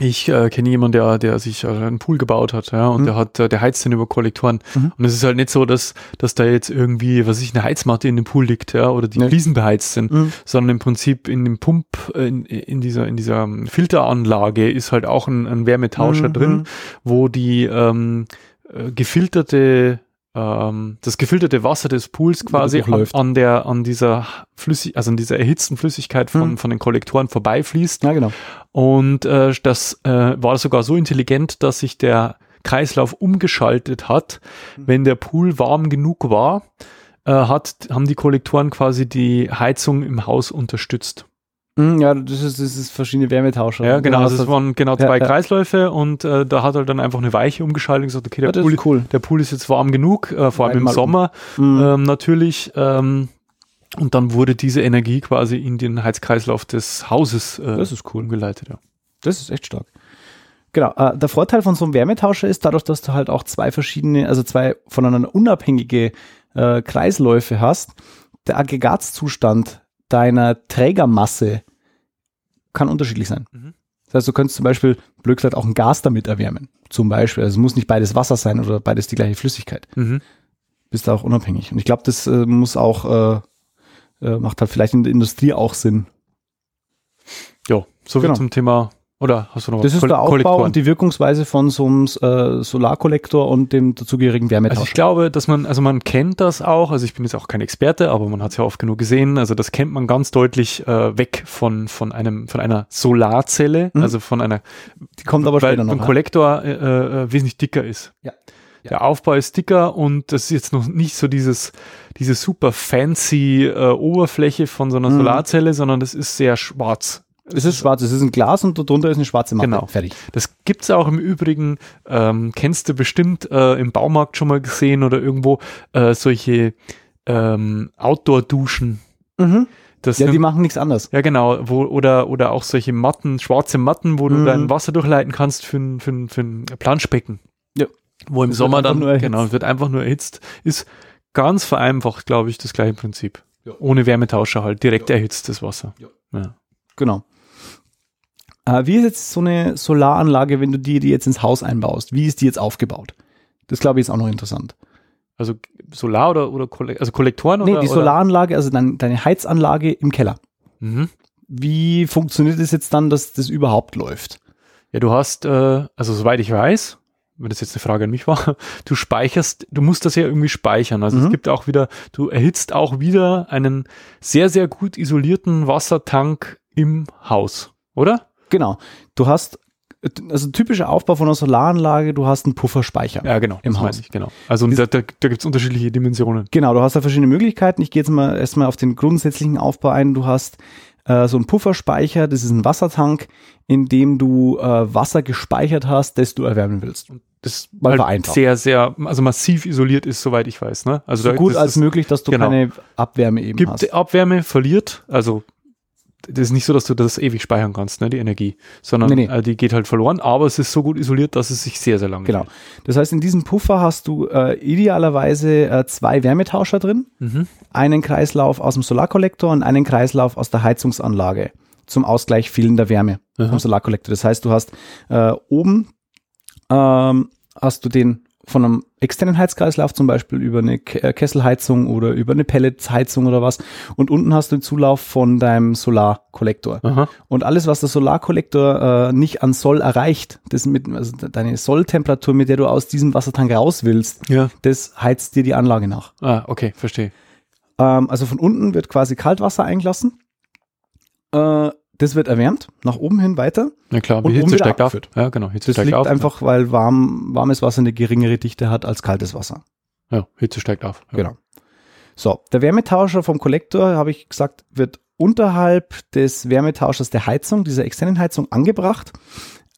A: ich äh, kenne jemanden, der, der sich äh, einen Pool gebaut hat, ja, und
B: Mhm.
A: der hat, äh, der heizt den über Kollektoren.
B: Mhm.
A: Und es ist halt nicht so, dass, dass da jetzt irgendwie, was weiß ich, eine Heizmatte in dem Pool liegt, ja, oder die
B: Nee.
A: Fliesen beheizt sind.
B: Mhm.
A: sondern im Prinzip in dem Pump, äh, in, in dieser, in dieser ähm, Filteranlage ist halt auch ein, ein Wärmetauscher
B: Mhm.
A: drin, wo die ähm, äh, gefilterte ähm, das gefilterte Wasser des Pools quasi an,
B: durchläuft.
A: an der an dieser Flüssig also an dieser erhitzten Flüssigkeit von,
B: Mhm.
A: von den Kollektoren vorbeifließt
B: Ja, genau.
A: und äh, das äh, war sogar so intelligent, dass sich der Kreislauf umgeschaltet hat.
B: Mhm.
A: Wenn der Pool warm genug war, äh, hat, haben die Kollektoren quasi die Heizung im Haus unterstützt.
B: Mhm, Ja, das ist, das ist verschiedene Wärmetauscher.
A: Ja, genau.
B: Du
A: Also
B: hast
A: es waren genau
B: Ja,
A: zwei
B: ja.
A: Kreisläufe und äh, da hat er dann einfach eine Weiche umgeschaltet und gesagt, okay,
B: halt-
A: der,
B: ja, das
A: Pool,
B: ist cool.
A: der Pool ist jetzt warm genug, äh, vor allem im
B: Einmal um.
A: Sommer
B: Mhm.
A: ähm, natürlich. Ähm, und dann wurde diese Energie quasi in den Heizkreislauf des Hauses äh,
B: Das ist cool.
A: umgeleitet. Ja.
B: Das ist echt stark. Genau. Äh, der Vorteil von so einem Wärmetauscher ist dadurch, dass du halt auch zwei verschiedene, also zwei voneinander unabhängige äh, Kreisläufe hast. Der Aggregatzustand deiner Trägermasse kann unterschiedlich sein.
A: Mhm.
B: Das heißt, du könntest zum Beispiel, blöd gesagt, auch ein Gas damit erwärmen. Zum Beispiel. Also es muss nicht beides Wasser sein oder beides die gleiche Flüssigkeit.
A: Mhm.
B: Bist da auch unabhängig. Und ich glaube, das äh, muss auch, äh, äh, macht halt vielleicht in der Industrie auch Sinn.
A: Ja, so
B: Genau.
A: viel zum Thema. Oder hast du noch
B: Das ist
A: Koll-
B: der Aufbau
A: Kollektoren?
B: und die Wirkungsweise von so einem äh, Solarkollektor und dem dazugehörigen
A: also ich
B: Wärmetauscher.
A: glaube, dass man, also man kennt das auch, also ich bin jetzt auch kein Experte, aber man hat es ja oft genug gesehen, also das kennt man ganz deutlich äh, weg von, von, einem, von einer Solarzelle,
B: Mhm.
A: also von einer,
B: die kommt aber
A: weil
B: später
A: ein
B: noch.
A: Kollektor äh, äh, wesentlich äh, dicker ist.
B: Ja.
A: Ja. Der Aufbau ist dicker und das ist jetzt noch nicht so dieses, diese super fancy äh, Oberfläche von so einer
B: Mhm.
A: Solarzelle, sondern das ist sehr schwarz.
B: Es ist schwarz, es ist ein Glas und darunter ist eine schwarze Matte.
A: Genau.
B: Fertig.
A: Das gibt's auch im Übrigen, ähm, kennst du bestimmt äh, im Baumarkt schon mal gesehen oder irgendwo äh, solche ähm, Outdoor-Duschen. Das
B: Ja, die
A: nimmt-
B: machen nichts anderes.
A: ja, genau, wo, oder, oder auch solche Matten, schwarze Matten, wo du
B: Mhm.
A: dein Wasser durchleiten kannst für ein, für ein, für ein Planschbecken.
B: Ja.
A: Wo im
B: Das wird
A: Sommer
B: einfach
A: dann,
B: nur erhitzt.
A: genau, wird einfach nur erhitzt. Ist ganz vereinfacht, glaube ich, das gleiche Prinzip.
B: Ja.
A: Ohne Wärmetauscher halt, direkt erhitztes Wasser.
B: Ja.
A: Ja.
B: Genau. Äh, wie ist jetzt so eine Solaranlage, wenn du die, die jetzt ins Haus einbaust? Wie ist die jetzt aufgebaut? Das glaube ich ist auch noch interessant.
A: Also Solar oder, oder Kolle also Kollektoren
B: Nee,
A: oder?
B: die
A: oder?
B: Solaranlage, also dein, deine Heizanlage im Keller.
A: Mhm.
B: Wie funktioniert es jetzt dann, dass das überhaupt läuft?
A: Ja, du hast, äh, also soweit ich weiß, wenn das jetzt eine Frage an mich war, du speicherst, du musst das ja irgendwie speichern. Also es
B: Mhm.
A: gibt auch wieder, du erhitzt auch wieder einen sehr, sehr gut isolierten Wassertank im Haus, oder?
B: Genau. Du hast, also typischer Aufbau von einer Solaranlage, du hast einen Pufferspeicher.
A: genau.
B: Im
A: Im Haus.
B: Haus.
A: ich, genau. Also und da, da, da gibt's unterschiedliche Dimensionen.
B: Genau, du hast da verschiedene Möglichkeiten. Ich gehe jetzt mal erstmal auf den grundsätzlichen Aufbau ein. Du hast äh, so einen Pufferspeicher, das ist ein Wassertank, in dem du äh, Wasser gespeichert hast, das du erwärmen willst.
A: Das
B: Mal vereinfacht.
A: sehr, sehr, also massiv isoliert ist, soweit ich weiß. Ne? Also
B: So
A: da-
B: gut
A: das
B: als
A: ist,
B: möglich, dass du
A: genau.
B: keine Abwärme eben
A: gibt
B: hast.
A: Abwärme, verliert, also das ist nicht so, dass du das ewig speichern kannst, ne, die Energie, sondern
B: Nee, nee.
A: Äh, die geht halt verloren, aber es ist so gut isoliert, dass es sich sehr, sehr lange
B: Genau. Das heißt, in diesem Puffer hast du äh, idealerweise äh, zwei Wärmetauscher drin.
A: Mhm.
B: einen Kreislauf aus dem Solarkollektor und einen Kreislauf aus der Heizungsanlage zum Ausgleich fehlender Wärme
A: Aha.
B: vom Solarkollektor. Das heißt, du hast äh, oben ähm, hast du den von einem externen Heizkreislauf, zum Beispiel über eine Ke- äh, Kesselheizung oder über eine Pelletsheizung oder was. Und unten hast du den Zulauf von deinem Solarkollektor.
A: Aha.
B: Und alles, was der Solarkollektor äh, nicht an Soll erreicht, das mit, also de- deine Solltemperatur, mit der du aus diesem Wassertank raus willst,
A: Ja.
B: das heizt dir die Anlage nach.
A: Ah, okay, verstehe.
B: Ähm, also von unten wird quasi Kaltwasser eingelassen. Äh, das wird erwärmt, nach oben hin weiter.
A: Na klar,
B: Und
A: wie
B: oben
A: Hitze
B: wieder
A: steigt auf.
B: abgeführt.
A: Ja, genau, Hitze
B: Das
A: steigt
B: liegt
A: auf.
B: einfach, weil warm, warmes Wasser eine geringere Dichte hat als kaltes Wasser.
A: ja, Hitze steigt auf. Ja.
B: Genau. So, der Wärmetauscher vom Kollektor, habe ich gesagt, wird unterhalb des Wärmetauschers der Heizung, dieser externen Heizung, angebracht.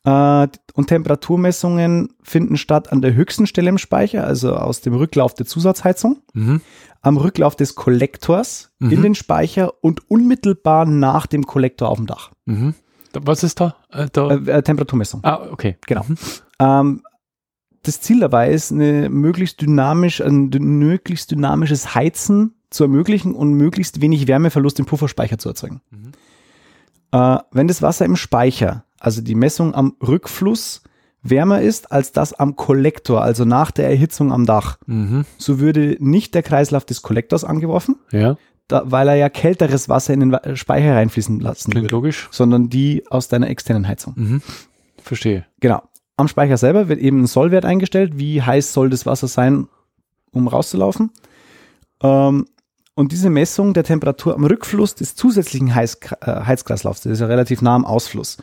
B: Äh, und Temperaturmessungen finden statt an der höchsten Stelle im Speicher, also aus dem Rücklauf der Zusatzheizung.
A: Mhm.
B: am Rücklauf des Kollektors
A: Mhm.
B: in den Speicher und unmittelbar nach dem Kollektor auf dem Dach.
A: Mhm. Da, was ist da? Äh, da
B: Äh, äh, Temperaturmessung.
A: ah, okay.
B: genau.
A: Mhm.
B: Ähm, das Ziel dabei ist, eine möglichst dynamisch, ein dyn- möglichst dynamisches Heizen zu ermöglichen und möglichst wenig Wärmeverlust im Pufferspeicher zu erzeugen.
A: Mhm.
B: Äh, wenn das Wasser im Speicher, also die Messung am Rückfluss, wärmer ist als das am Kollektor, also nach der Erhitzung am Dach,
A: Mhm.
B: so würde nicht der Kreislauf des Kollektors angeworfen,
A: Ja,
B: da, weil er ja kälteres Wasser in den Wa- Speicher reinfließen lassen
A: klingt
B: würde,
A: logisch.
B: sondern die aus deiner externen Heizung.
A: Mhm. Verstehe.
B: Genau. Am Speicher selber wird eben ein Sollwert eingestellt. Wie heiß soll das Wasser sein, um rauszulaufen? Ähm, und diese Messung der Temperatur am Rückfluss des zusätzlichen Heiß, äh, Heizkreislaufs, das ist ja relativ nah am Ausfluss,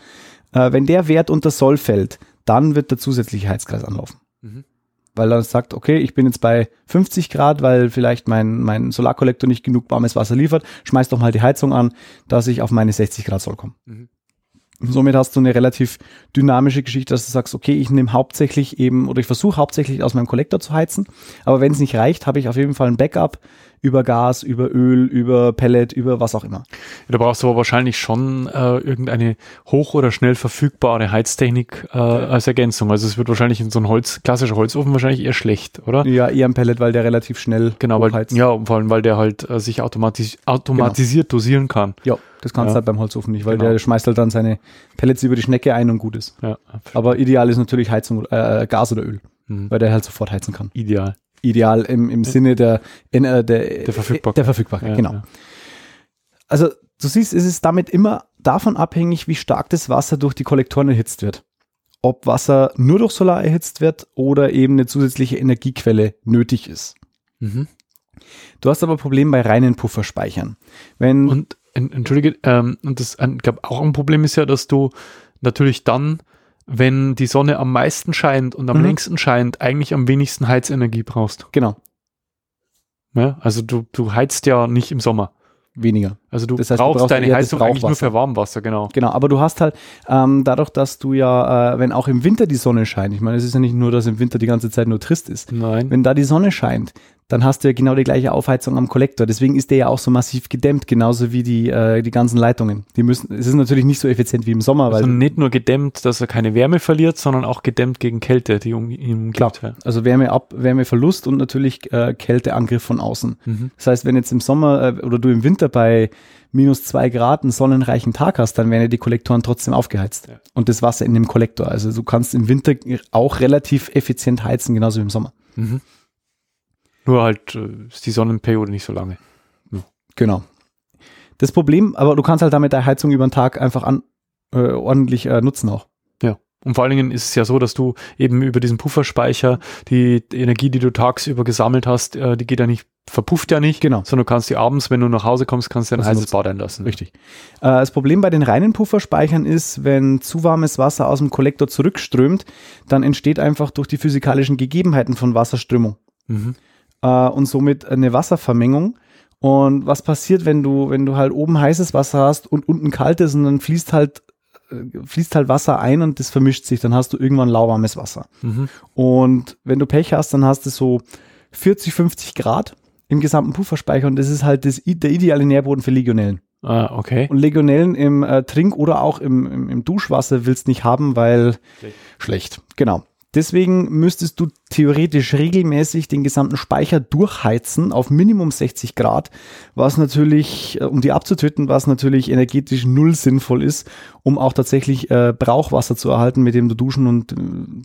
B: äh, wenn der Wert unter Soll fällt, dann wird der zusätzliche Heizkreis anlaufen.
A: Mhm.
B: Weil er sagt, okay, ich bin jetzt bei 50 Grad, weil vielleicht mein, mein Solarkollektor nicht genug warmes Wasser liefert, schmeiß doch mal die Heizung an, dass ich auf meine 60 Grad Soll komme.
A: Mhm.
B: Somit hast du eine relativ dynamische Geschichte, dass du sagst, okay, ich nehme hauptsächlich eben oder ich versuche hauptsächlich aus meinem Kollektor zu heizen, aber wenn es nicht reicht, habe ich auf jeden Fall ein Backup über Gas, über Öl, über Pellet, über was auch immer.
A: Da brauchst du aber wahrscheinlich schon äh, irgendeine hoch- oder schnell verfügbare Heiztechnik äh, als Ergänzung. Also es wird wahrscheinlich in so ein Holz, klassischer Holzofen wahrscheinlich eher schlecht, oder?
B: Ja, eher ein Pellet, weil der relativ schnell
A: Genau, weil,
B: hochheizt.
A: ja, und vor allem, weil der halt äh, sich automatis automatisiert dosieren kann.
B: Ja, das kannst
A: Ja.
B: du halt beim Holzofen nicht, weil
A: Genau.
B: der schmeißt halt dann seine Pellets über die Schnecke ein und gut ist.
A: Ja,
B: Aber ideal ist natürlich Heizung, äh, Gas oder Öl,
A: Mhm.
B: weil der halt sofort heizen kann.
A: ideal.
B: Ideal im, im Sinne der, in, äh, der,
A: Der Verfügbarkeit.
B: Der Verfügbarkeit,
A: Ja,
B: genau.
A: Ja.
B: Also du siehst, es ist damit immer davon abhängig, wie stark das Wasser durch die Kollektoren erhitzt wird. Ob Wasser nur durch Solar erhitzt wird oder eben eine zusätzliche Energiequelle nötig ist.
A: Mhm.
B: Du hast aber ein Problem bei reinen Pufferspeichern. Wenn
A: Und en- entschuldige, ähm, und das, ich glaube, auch ein Problem ist ja, dass du natürlich dann wenn die Sonne am meisten scheint und am
B: Mhm.
A: längsten scheint, eigentlich am wenigsten Heizenergie brauchst.
B: Genau,
A: Ja? Also du, du heizt ja nicht im Sommer.
B: weniger.
A: Also du
B: Das heißt, du
A: brauchst,
B: brauchst
A: deine
B: eher das
A: Heizung eigentlich nur für Warmwasser, genau.
B: Genau, aber du hast halt ähm, dadurch, dass du ja, äh, wenn auch im Winter die Sonne scheint, ich meine, es ist ja nicht nur, dass im Winter die ganze Zeit nur trist ist,
A: Nein.
B: wenn da die Sonne scheint, dann hast du ja genau die gleiche Aufheizung am Kollektor. Deswegen ist der ja auch so massiv gedämmt, genauso wie die, äh, die ganzen Leitungen. Die müssen, es ist natürlich nicht so effizient wie im Sommer, weil
A: Also nicht nur gedämmt, dass er keine Wärme verliert, sondern auch gedämmt gegen Kälte, die um ihn
B: Klar.
A: umgibt. Ja.
B: also Wärmeab, Wärmeverlust und natürlich äh, Kälteangriff von außen.
A: Mhm.
B: Das heißt, wenn jetzt im Sommer äh, oder du im Winter bei minus zwei Grad einen sonnenreichen Tag hast, dann werden ja die Kollektoren trotzdem aufgeheizt.
A: Ja.
B: Und das Wasser in dem Kollektor. Also du kannst im Winter auch relativ effizient heizen, genauso wie im Sommer.
A: Mhm. Nur halt äh, ist die Sonnenperiode nicht so lange.
B: Genau. Das Problem, aber du kannst halt damit deine Heizung über den Tag einfach an, äh, ordentlich äh, nutzen auch.
A: Und vor allen Dingen ist es ja so, dass du eben über diesen Pufferspeicher die Energie, die du tagsüber gesammelt hast, äh, die geht ja nicht, verpufft ja nicht,
B: Genau.
A: sondern du kannst die abends, wenn du nach Hause kommst, kannst du ein
B: Also
A: heißes
B: nutzen.
A: Bad einlassen.
B: Richtig. Äh, das Problem bei den reinen Pufferspeichern ist, wenn zu warmes Wasser aus dem Kollektor zurückströmt, dann entsteht einfach durch die physikalischen Gegebenheiten von Wasserströmung
A: Mhm.
B: äh, und somit eine Wasservermengung. Und was passiert, wenn du, wenn du halt oben heißes Wasser hast und unten kaltes und dann fließt halt, äh, fließt halt Wasser ein und das vermischt sich, dann hast du irgendwann lauwarmes Wasser.
A: Mhm.
B: Und wenn du Pech hast, dann hast du so 40, 50 Grad im gesamten Pufferspeicher und das ist halt das, i- der ideale Nährboden für Legionellen.
A: Ah, okay.
B: Und Legionellen im äh, Trink- oder auch im, im, im Duschwasser willst nicht haben, weil
A: Schlecht.
B: schlecht. Genau. Deswegen müsstest du theoretisch regelmäßig den gesamten Speicher durchheizen auf Minimum 60 Grad, was natürlich, äh, um die abzutöten, was natürlich energetisch null sinnvoll ist, um auch tatsächlich äh, Brauchwasser zu erhalten, mit dem du duschen und äh,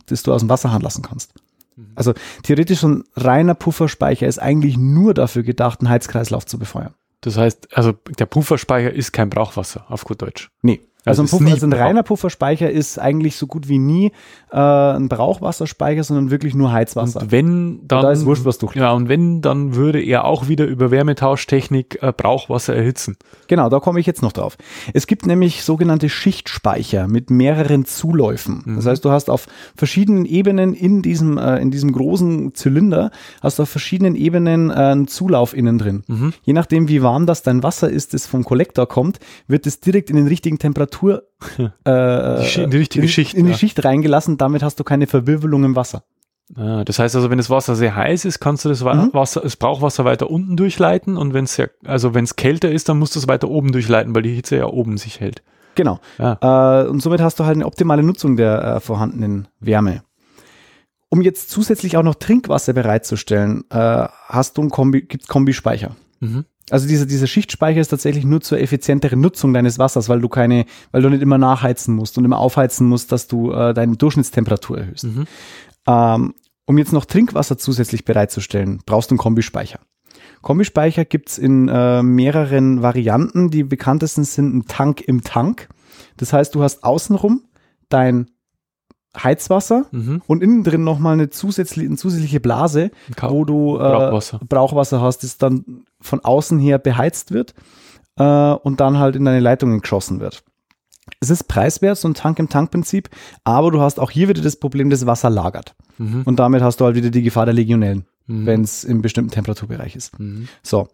B: das du aus dem Wasserhahn lassen kannst.
A: Mhm.
B: Also theoretisch so ein reiner Pufferspeicher ist eigentlich nur dafür gedacht, einen Heizkreislauf zu befeuern.
A: Das heißt, also der Pufferspeicher ist kein Brauchwasser, auf gut Deutsch.
B: Nee.
A: Also
B: Also ein,
A: ist
B: Puffer,
A: nie
B: also ein
A: brau-
B: reiner Pufferspeicher ist eigentlich so gut wie nie äh, ein Brauchwasserspeicher, sondern wirklich nur Heizwasser.
A: Und wenn dann.
B: da ist wurscht, was du-
A: Ja, und wenn, dann würde er auch wieder über Wärmetauschtechnik äh, Brauchwasser erhitzen.
B: genau, da komme ich jetzt noch drauf. Es gibt nämlich sogenannte Schichtspeicher mit mehreren Zuläufen. Das
A: Mhm.
B: heißt, du hast auf verschiedenen Ebenen in diesem, äh, in diesem großen Zylinder, hast du auf verschiedenen Ebenen äh, einen Zulauf innen drin.
A: Mhm.
B: Je nachdem, wie warm das dein Wasser ist, das vom Kollektor kommt, wird es direkt in den richtigen Temperatur äh,
A: Die Schi- in die richtige
B: in,
A: Schicht,
B: in die
A: ja.
B: Schicht reingelassen. Damit hast du keine Verwirbelung im Wasser.
A: Ah, das heißt also, wenn das Wasser sehr heiß ist, kannst du das, Wa-
B: Mhm.
A: Wasser, das Brauchwasser weiter unten durchleiten und wenn es sehr, also wenn es kälter ist, dann musst du es weiter oben durchleiten, weil die Hitze ja oben sich hält.
B: Genau. Äh, und somit hast du halt eine optimale Nutzung der äh, vorhandenen Wärme. Um jetzt zusätzlich auch noch Trinkwasser bereitzustellen, äh, hast du einen Kombi, gibt's Kombispeicher.
A: Mhm.
B: Also dieser, dieser Schichtspeicher ist tatsächlich nur zur effizienteren Nutzung deines Wassers, weil du keine, weil du nicht immer nachheizen musst und immer aufheizen musst, dass du äh, deine Durchschnittstemperatur erhöhst.
A: Mhm.
B: Ähm, um jetzt noch Trinkwasser zusätzlich bereitzustellen, brauchst du einen Kombispeicher. Kombispeicher gibt's in äh, mehreren Varianten. Die bekanntesten sind ein Tank im Tank. Das heißt, du hast außenrum dein Heizwasser
A: Mhm.
B: und innen drin nochmal eine zusätzliche, eine zusätzliche Blase,
A: Ka-
B: wo du äh,
A: Brauchwasser.
B: Brauchwasser hast, das dann von außen her beheizt wird äh, und dann halt in deine Leitungen geschossen wird. Es ist preiswert, so ein Tank-im-Tank-Prinzip, aber du hast auch hier wieder das Problem, das Wasser lagert.
A: Mhm.
B: Und damit hast du halt wieder die Gefahr der Legionellen,
A: Mhm.
B: wenn es im bestimmten Temperaturbereich ist.
A: Mhm.
B: So.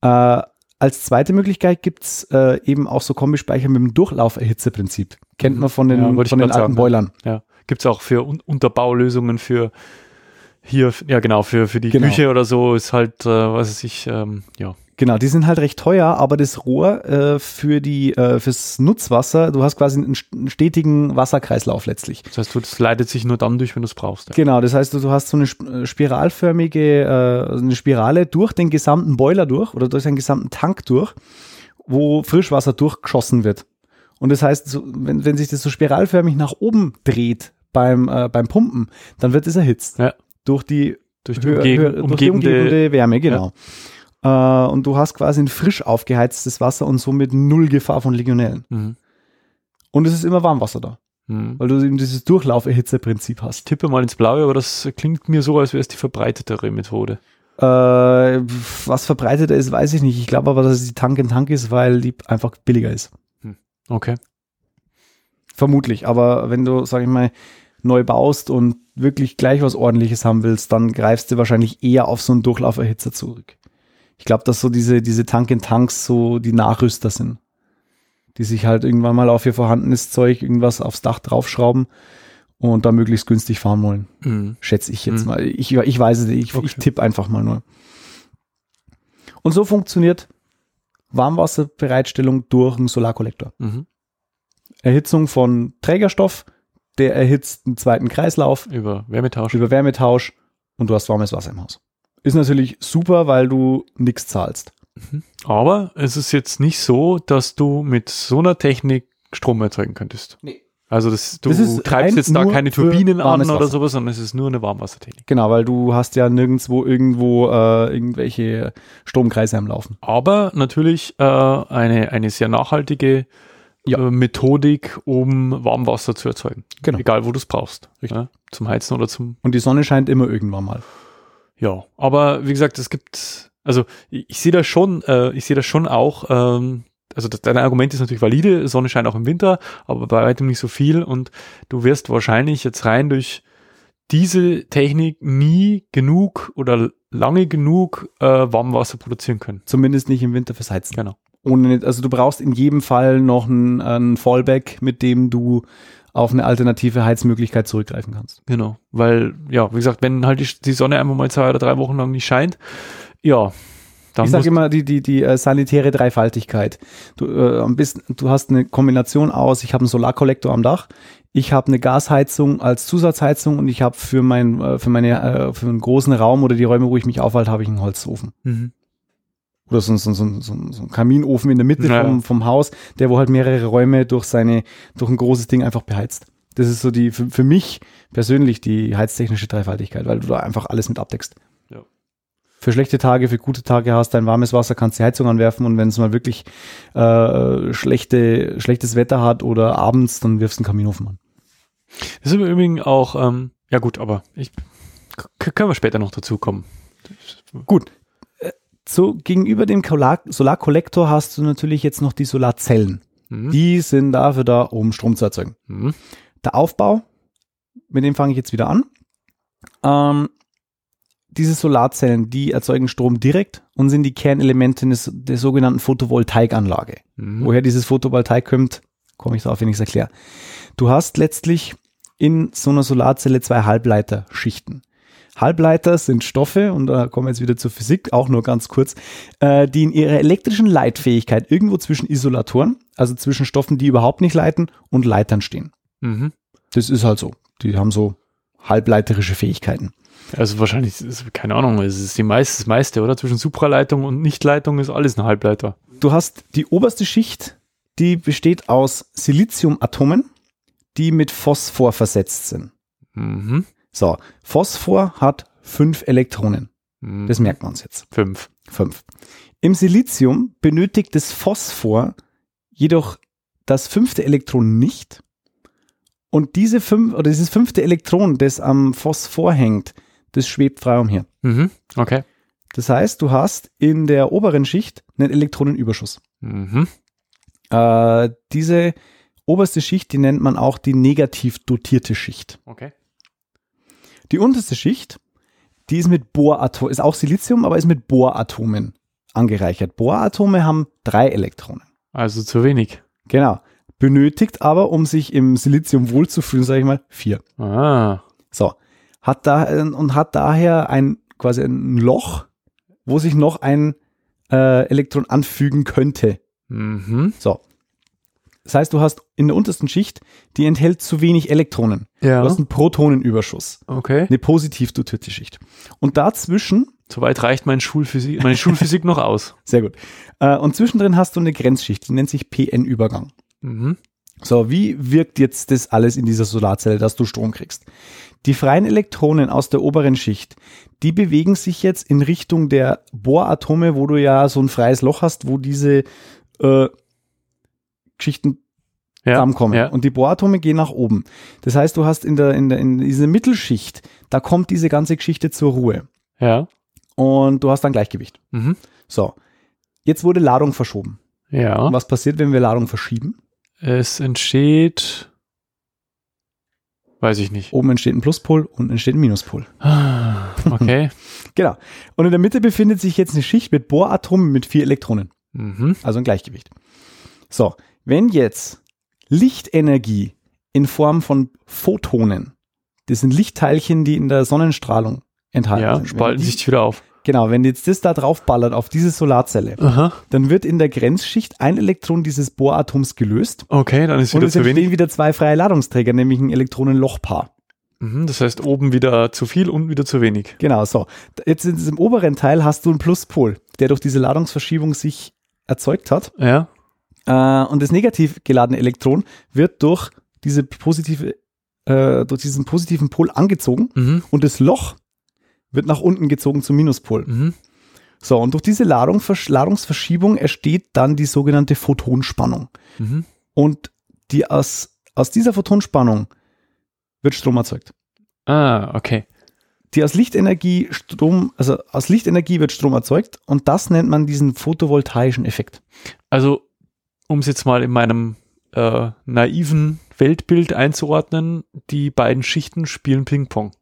B: Äh, als zweite Möglichkeit gibt's äh, eben auch so Kombispeicher mit dem Durchlauferhitzeprinzip. Kennt
A: Mhm.
B: man von den,
A: Ja, wollte ich
B: von den alten
A: grad sagen, ne?
B: Boilern.
A: Ja. Gibt es auch für Un Unterbaulösungen für hier, f- ja genau, für, für die
B: Genau.
A: Küche oder so ist halt, äh, was weiß ich, ähm, ja.
B: Genau, die sind halt recht teuer, aber das Rohr äh, für die, äh, fürs Nutzwasser, du hast quasi einen st- einen stetigen Wasserkreislauf letztlich.
A: Das heißt, du- das leitet sich nur dann durch, wenn du es brauchst. Ja.
B: Genau, das heißt, du, du hast so eine sp- äh, spiralförmige, äh, eine Spirale durch den gesamten Boiler durch oder durch den gesamten Tank durch, wo Frischwasser durchgeschossen wird. Und das heißt, so, wenn, wenn sich das so spiralförmig nach oben dreht beim, äh, beim Pumpen, dann wird es erhitzt.
A: Ja.
B: Durch die
A: Durch die
B: höher-
A: umge
B: höher- durch die
A: umgebende,
B: umgebende Wärme, genau. Äh, und du hast quasi ein frisch aufgeheiztes Wasser und somit null Gefahr von Legionellen.
A: Mhm.
B: Und es ist immer Warmwasser da,
A: Mhm.
B: weil du eben dieses Durchlauferhitzeprinzip hast.
A: Tippe mal ins Blaue, aber das klingt mir so, als wäre es die verbreitetere Methode.
B: Äh, was verbreiteter ist, weiß ich nicht. Ich glaube aber, dass es die Tank in Tank ist, weil die einfach billiger ist.
A: Okay.
B: Vermutlich. Aber wenn du, sag ich mal, neu baust und wirklich gleich was ordentliches haben willst, dann greifst du wahrscheinlich eher auf so einen Durchlauferhitzer zurück. Ich glaube, dass so diese, diese Tank-in-Tanks so die Nachrüster sind, die sich halt irgendwann mal auf ihr vorhandenes Zeug irgendwas aufs Dach draufschrauben und da möglichst günstig fahren wollen.
A: Mhm.
B: Schätze ich jetzt
A: Mhm.
B: mal. Ich, ich weiß es nicht, ich,
A: Okay.
B: ich tippe einfach mal nur. Und so funktioniert Warmwasserbereitstellung durch einen Solarkollektor.
A: Mhm.
B: Erhitzung von Trägerstoff, der erhitzt einen zweiten Kreislauf,
A: Über Wärmetausch.
B: über Wärmetausch und du hast warmes Wasser im Haus. Ist natürlich super, weil du nichts zahlst.
A: Aber es ist jetzt nicht so, dass du mit so einer Technik Strom erzeugen könntest.
B: Nee.
A: Also das, du
B: Das ist
A: treibst
B: rein
A: jetzt da
B: nur
A: keine
B: für
A: Turbinen an
B: warmes
A: oder
B: Wasser.
A: sowas, sondern es ist nur eine Warmwassertechnik.
B: Genau, weil du hast ja nirgendwo irgendwo äh, irgendwelche Stromkreise am Laufen.
A: Aber natürlich äh, eine, eine sehr nachhaltige
B: Ja.
A: äh, Methodik, um Warmwasser zu erzeugen.
B: Genau.
A: Egal, wo du es brauchst.
B: Richtig.
A: Ja, zum Heizen oder zum
B: Und die Sonne scheint immer irgendwann mal.
A: Ja, aber wie gesagt, es gibt, also ich, ich sehe das schon, äh, ich sehe das schon auch, ähm, also das, dein Argument ist natürlich valide, Sonne scheint auch im Winter, aber bei weitem nicht so viel und du wirst wahrscheinlich jetzt rein durch diese Technik nie genug oder lange genug äh, Warmwasser produzieren können.
B: Zumindest nicht im Winter fürs Heizen.
A: Genau.
B: Ohne, also du brauchst in jedem Fall noch ein, ein Fallback, mit dem du auf eine alternative Heizmöglichkeit zurückgreifen kannst.
A: Genau, weil, ja, wie gesagt, wenn halt die, die Sonne einfach mal zwei oder drei Wochen lang nicht scheint, ja, dann musst-
B: ich sage immer die, die, die äh, sanitäre Dreifaltigkeit. Du, äh, am besten, du hast eine Kombination aus, ich habe einen Solarkollektor am Dach, ich habe eine Gasheizung als Zusatzheizung und ich habe für, mein, äh, für, meine, äh, für einen großen Raum oder die Räume, wo ich mich aufhalte, habe ich einen Holzofen.
A: Mhm.
B: Oder so, so, so, so, so einen Kaminofen in der Mitte
A: Naja.
B: vom, vom Haus, der wo halt mehrere Räume durch, seine, durch ein großes Ding einfach beheizt. Das ist so die, für, für mich persönlich die heiztechnische Dreifaltigkeit, weil du da einfach alles mit abdeckst für schlechte Tage, für gute Tage hast, dein warmes Wasser, kannst die Heizung anwerfen und wenn es mal wirklich äh, schlechte, schlechtes Wetter hat oder abends, dann wirfst du einen Kaminofen an.
A: Das ist im Übrigen auch, ähm, ja gut, aber ich k- können wir später noch dazu kommen.
B: Gut. Äh, So, gegenüber dem Kolar- Solarkollektor hast du natürlich jetzt noch die Solarzellen.
A: Mhm.
B: Die sind dafür da, um Strom zu erzeugen.
A: Mhm.
B: Der Aufbau, mit dem fange ich jetzt wieder an. Ähm, diese Solarzellen, die erzeugen Strom direkt und sind die Kernelemente des, der sogenannten Photovoltaikanlage.
A: Mhm.
B: Woher dieses Photovoltaik kommt, komme ich drauf, wenn ich es erkläre. Du hast letztlich in so einer Solarzelle zwei Halbleiterschichten. Halbleiter sind Stoffe, und da kommen wir jetzt wieder zur Physik, auch nur ganz kurz, äh, die in ihrer elektrischen Leitfähigkeit irgendwo zwischen Isolatoren, also zwischen Stoffen, die überhaupt nicht leiten, und Leitern stehen.
A: Mhm.
B: Das ist halt so. Die haben so halbleiterische Fähigkeiten.
A: Also wahrscheinlich, ist, keine Ahnung, es ist die meiste, das meiste, oder? Zwischen Supraleitung und Nichtleitung ist alles ein Halbleiter.
B: Du hast die oberste Schicht, die besteht aus Siliziumatomen, die mit Phosphor versetzt sind.
A: Mhm.
B: So, Phosphor hat fünf Elektronen.
A: Mhm.
B: Das merken wir uns jetzt.
A: Fünf.
B: Fünf. Im Silizium benötigt das Phosphor jedoch das fünfte Elektron nicht. Und diese fünf, oder dieses fünfte Elektron, das am Phosphor hängt, das schwebt frei umher.
A: Mhm. Okay.
B: Das heißt, du hast in der oberen Schicht einen Elektronenüberschuss.
A: Mhm.
B: Äh, diese oberste Schicht, die nennt man auch die negativ dotierte Schicht.
A: Okay.
B: Die unterste Schicht, die ist mit Bohratomen, ist auch Silizium, aber ist mit Bohratomen angereichert. Bohratome haben drei Elektronen.
A: Also zu wenig.
B: Genau. Benötigt aber, um sich im Silizium wohlzufühlen, sage ich mal, vier.
A: Ah.
B: So. Hat da, äh, und hat daher ein, quasi ein Loch, wo sich noch ein äh, Elektron anfügen könnte.
A: Mhm.
B: So. Das heißt, du hast in der untersten Schicht, die enthält zu wenig Elektronen.
A: Ja.
B: Du hast einen Protonenüberschuss.
A: Okay.
B: Eine positiv dotierte Schicht. Und dazwischen
A: Soweit reicht mein Schulphysik, meine Schulphysik noch aus.
B: Sehr gut. Äh, und zwischendrin hast du eine Grenzschicht, die nennt sich PN-Übergang.
A: Mhm.
B: So, wie wirkt jetzt das alles in dieser Solarzelle, dass du Strom kriegst? Die freien Elektronen aus der oberen Schicht, die bewegen sich jetzt in Richtung der Bohratome, wo du ja so ein freies Loch hast, wo diese äh, Schichten
A: Ja.
B: zusammenkommen.
A: Ja.
B: Und die Bohratome gehen nach oben. Das heißt, du hast in der, in der in dieser Mittelschicht, da kommt diese ganze Geschichte zur Ruhe.
A: Ja.
B: Und du hast dann Gleichgewicht.
A: Mhm.
B: So, jetzt wurde Ladung verschoben.
A: Ja.
B: Was passiert, wenn wir Ladung verschieben?
A: Es entsteht Weiß ich nicht. Ah,
B: Oben entsteht ein Pluspol, unten entsteht ein Minuspol.
A: Okay.
B: Genau. Und in der Mitte befindet sich jetzt eine Schicht mit Boratomen mit vier Elektronen.
A: mhm.
B: Also ein Gleichgewicht. So, wenn jetzt Lichtenergie in Form von Photonen, das sind Lichtteilchen, die in der Sonnenstrahlung enthalten
A: Ja,
B: sind. Wenn
A: spalten
B: die,
A: sich wieder auf.
B: Genau, wenn jetzt das da draufballert auf diese Solarzelle,
A: Aha.
B: dann wird in der Grenzschicht ein Elektron dieses Bohratoms gelöst
A: Okay, dann ist
B: und
A: wieder
B: es
A: zu wenig.
B: entstehen wieder zwei freie Ladungsträger, nämlich ein Elektronenlochpaar.
A: Mhm, das heißt, oben wieder zu viel, unten wieder zu wenig.
B: Genau, so. Jetzt in diesem oberen Teil hast du einen Pluspol, der durch diese Ladungsverschiebung sich erzeugt hat.
A: Ja.
B: Äh, und das negativ geladene Elektron wird durch diese positive, äh, durch diesen positiven Pol angezogen
A: Mhm.
B: und das Loch wird nach unten gezogen zum Minuspol.
A: Mhm.
B: So, und durch diese Ladung, Versch- Ladungsverschiebung entsteht dann die sogenannte Photonspannung.
A: Mhm.
B: Und die aus, aus dieser Photonspannung wird Strom erzeugt.
A: Ah, okay.
B: Die aus Lichtenergie Strom, also aus Lichtenergie wird Strom erzeugt und das nennt man diesen photovoltaischen Effekt.
A: Also, um es jetzt mal in meinem äh, naiven Weltbild einzuordnen, die beiden Schichten spielen Ping-Pong.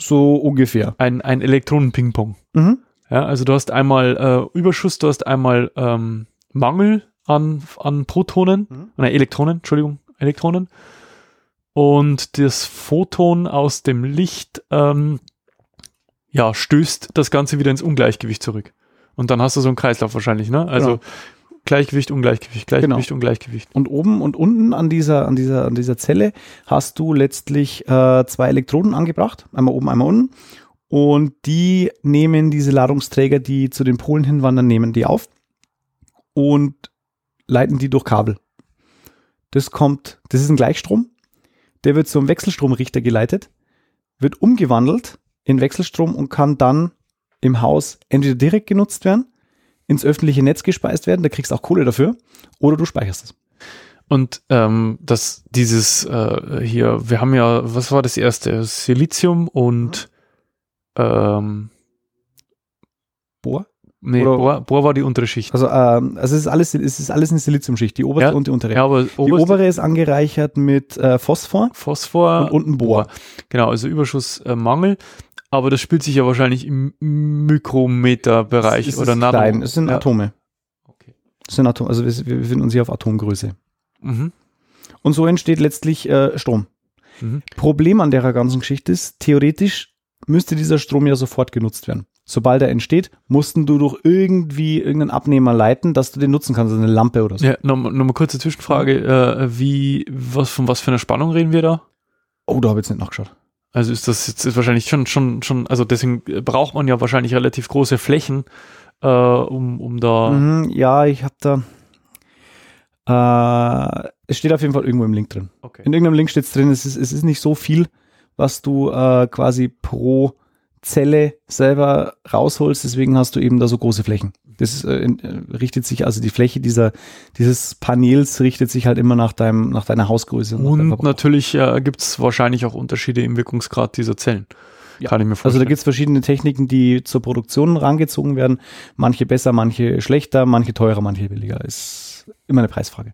B: So ungefähr.
A: Ein, ein Elektronen-Ping-Pong.
B: Mhm.
A: Ja, also du hast einmal äh, Überschuss, du hast einmal ähm, Mangel an, an Protonen,
B: Mhm.
A: nein, Elektronen, Entschuldigung, Elektronen. Und das Photon aus dem Licht ähm, ja, stößt das Ganze wieder ins Ungleichgewicht zurück. Und dann hast du so einen Kreislauf wahrscheinlich, ne? Also Gleichgewicht, Ungleichgewicht, Gleichgewicht, Ungleichgewicht.
B: Und oben und unten an dieser, an dieser, an dieser Zelle hast du letztlich äh, zwei Elektroden angebracht, einmal oben, einmal unten. Und die nehmen diese Ladungsträger, die zu den Polen hinwandern, nehmen die auf und leiten die durch Kabel. Das kommt, das ist ein Gleichstrom, der wird zum Wechselstromrichter geleitet, wird umgewandelt in Wechselstrom und kann dann im Haus entweder direkt genutzt werden, ins öffentliche Netz gespeist werden, da kriegst du auch Kohle dafür, oder du speicherst es.
A: Und ähm, das, dieses äh, hier, wir haben ja, was war das erste? Silizium und ähm,
B: Bohr?
A: nee,
B: Oder-
A: Bohr, Bohr war die untere Schicht.
B: Also, ähm, also es, ist alles, es ist alles eine Siliziumschicht, die oberste
A: Ja,
B: und die untere.
A: Ja, aber
B: die
A: oberste Ah,
B: obere ist angereichert mit äh, Phosphor
A: Phosphor
B: und unten Bohr.
A: Genau, also Überschuss, äh, Mangel. Aber das spielt sich ja wahrscheinlich im Mikrometerbereich
B: Es ist
A: oder Nano.
B: Klein, es sind
A: ja.
B: Atome.
A: Okay.
B: Es sind Atome, also wir, wir befinden uns hier auf Atomgröße.
A: Mhm.
B: Und so entsteht letztlich äh, Strom.
A: Mhm.
B: Problem an der ganzen Geschichte ist, theoretisch müsste dieser Strom ja sofort genutzt werden. Sobald er entsteht, mussten du durch irgendwie irgendeinen Abnehmer leiten, dass du den nutzen kannst, also eine Lampe oder so.
A: Ja, nochmal noch mal kurze Zwischenfrage. Äh, wie, was, von was für einer Spannung reden wir da?
B: Oh, da habe ich jetzt nicht nachgeschaut.
A: Also ist das jetzt ist wahrscheinlich schon, schon, schon, also deswegen braucht man ja wahrscheinlich relativ große Flächen, äh, um, um da.
B: Mhm, ja, ich habe da. Äh, es steht auf jeden Fall irgendwo im Link drin.
A: Okay.
B: In irgendeinem Link steht es drin, es ist, es ist nicht so viel, was du äh, quasi pro Zelle selber rausholst, deswegen hast du eben da so große Flächen. Das ist, äh, in, äh, richtet sich, also die Fläche dieser, dieses Panels richtet sich halt immer nach, deinem, nach deiner Hausgröße. nach deinem
A: Und
B: Verbrauch.
A: natürlich äh, gibt es wahrscheinlich auch Unterschiede im Wirkungsgrad dieser Zellen.
B: Ja.
A: Kann ich mir
B: also da
A: vorstellen.
B: gibt es verschiedene Techniken, die zur Produktion rangezogen werden. Manche besser, manche schlechter, manche teurer, manche billiger. Ist immer eine Preisfrage.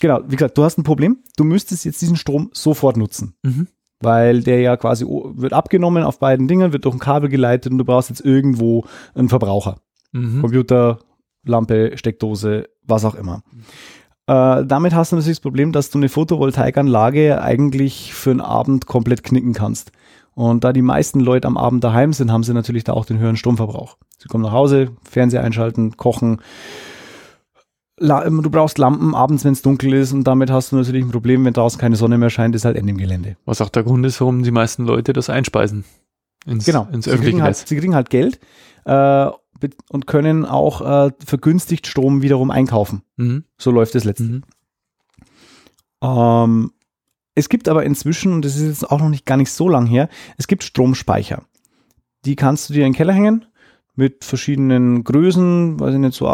B: Genau, wie gesagt, du hast ein Problem. Du müsstest jetzt diesen Strom sofort nutzen.
A: mhm.
B: weil der ja quasi o- wird abgenommen auf beiden Dingen, wird durch ein Kabel geleitet und du brauchst jetzt irgendwo einen Verbraucher.
A: Mhm.
B: Computer, Lampe, Steckdose, was auch immer. Äh, damit hast du natürlich das Problem, dass du eine Photovoltaikanlage eigentlich für einen Abend komplett knicken kannst. Und da die meisten Leute am Abend daheim sind, haben sie natürlich da auch den höheren Stromverbrauch. Sie kommen nach Hause, Fernseher einschalten, kochen. La ähm, du brauchst Lampen abends, wenn es dunkel ist. Und damit hast du natürlich ein Problem, wenn draußen keine Sonne mehr scheint, ist halt Ende im Gelände.
A: Was auch der Grund ist, warum die meisten Leute das einspeisen. Ins,
B: Genau.
A: ins
B: sie,
A: öffentliche
B: kriegen halt,
A: Netz.
B: sie kriegen halt Geld äh, be- und können auch äh, vergünstigt Strom wiederum einkaufen.
A: Mhm.
B: So läuft es letztlich.
A: Mhm.
B: Ähm, es gibt aber inzwischen, und das ist jetzt auch noch nicht gar nicht so lang her, es gibt Stromspeicher. Die kannst du dir in den Keller hängen mit verschiedenen Größen, weiß ich nicht, so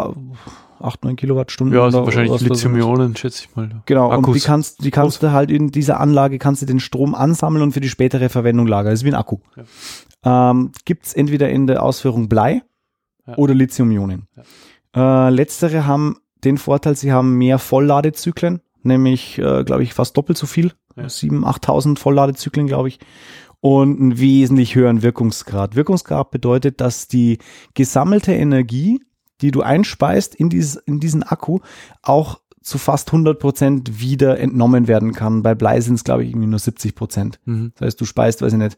B: 8, 9 Kilowattstunden.
A: Ja,
B: oder
A: sind wahrscheinlich
B: Mhm. was weiß ich.
A: Lithium-Ionen, schätze ich mal.
B: Genau, und die
A: Akkus.
B: kannst, die kannst du halt in dieser Anlage, kannst du den Strom ansammeln und für die spätere Verwendung lagern. Das ist wie ein Akku. Ähm, Gibt es entweder in der Ausführung Blei
A: Ja.
B: oder Lithium-Ionen. Äh, letztere haben den Vorteil, sie haben mehr Vollladezyklen nämlich, äh, glaube ich, fast doppelt so viel.
A: Ja.
B: 7.000, 8.000 Vollladezyklen, glaube ich. Und einen wesentlich höheren Wirkungsgrad. Wirkungsgrad bedeutet, dass die gesammelte Energie, die du einspeist in, dieses, in diesen Akku, auch zu fast 100 Prozent wieder entnommen werden kann. Bei Blei sind es, glaube ich, irgendwie nur 70 Prozent.
A: Mhm.
B: Das heißt, du speist, weiß ich nicht,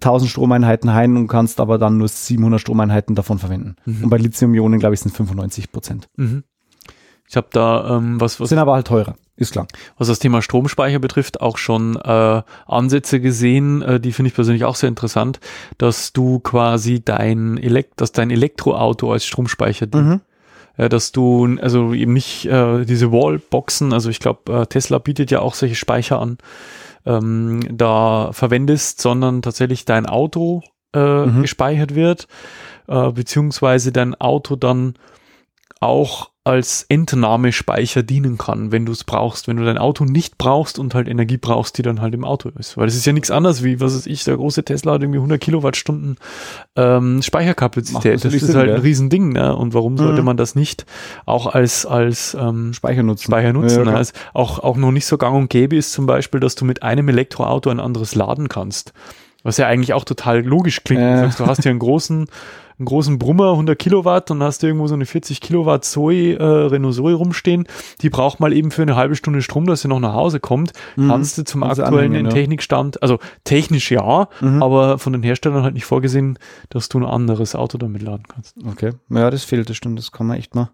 B: 1000 Stromeinheiten ein und kannst aber dann nur 700 Stromeinheiten davon verwenden.
A: Mhm.
B: Und bei Lithium-Ionen, glaube ich, sind 95 Prozent.
A: Mhm. Ich habe da, ähm, was, was,
B: Sind aber halt teurer, ist klar.
A: was das Thema Stromspeicher betrifft, auch schon äh, Ansätze gesehen, äh, die finde ich persönlich auch sehr interessant, dass du quasi dein, Elekt dass dein Elektroauto als Stromspeicher dient. äh, dass du also eben nicht äh, diese Wallboxen, also ich glaube äh, Tesla bietet ja auch solche Speicher an, ähm, da verwendest, sondern tatsächlich dein Auto äh,
B: Mhm.
A: gespeichert wird, äh, beziehungsweise dein Auto dann auch als Entnahmespeicher dienen kann, wenn du es brauchst, wenn du dein Auto nicht brauchst und halt Energie brauchst, die dann halt im Auto ist. Weil das ist ja nichts anderes wie, was weiß ich, der große Tesla hat irgendwie 100 Kilowattstunden ähm,
B: Macht
A: Speicherkapazität.
B: natürlich
A: Das ist
B: Sinn,
A: halt
B: gell?
A: ein Riesending. Ne? Und warum sollte
B: Mhm.
A: man das nicht auch als, als ähm,
B: Speicher nutzen.
A: Speicher nutzen? ne?
B: Ja, klar.
A: also auch, auch noch nicht so gang und gäbe ist zum Beispiel, dass du mit einem Elektroauto ein anderes laden kannst. Was ja eigentlich auch total logisch klingt.
B: Äh.
A: Du sagst, du hast hier einen großen, einen großen Brummer, 100 Kilowatt, und hast du irgendwo so eine 40 Kilowatt Zoe, äh, Renault Zoe rumstehen. Die braucht mal eben für eine halbe Stunde Strom, dass sie noch nach Hause kommt.
B: Mhm.
A: Kannst du zum
B: Kannst du
A: aktuellen
B: anhängen, ja.
A: Technikstand, also technisch ja,
B: Mhm.
A: aber von den Herstellern halt nicht vorgesehen, dass du ein anderes Auto damit laden kannst.
B: Okay. Ja, das fehlt, das stimmt. Das kann man echt mal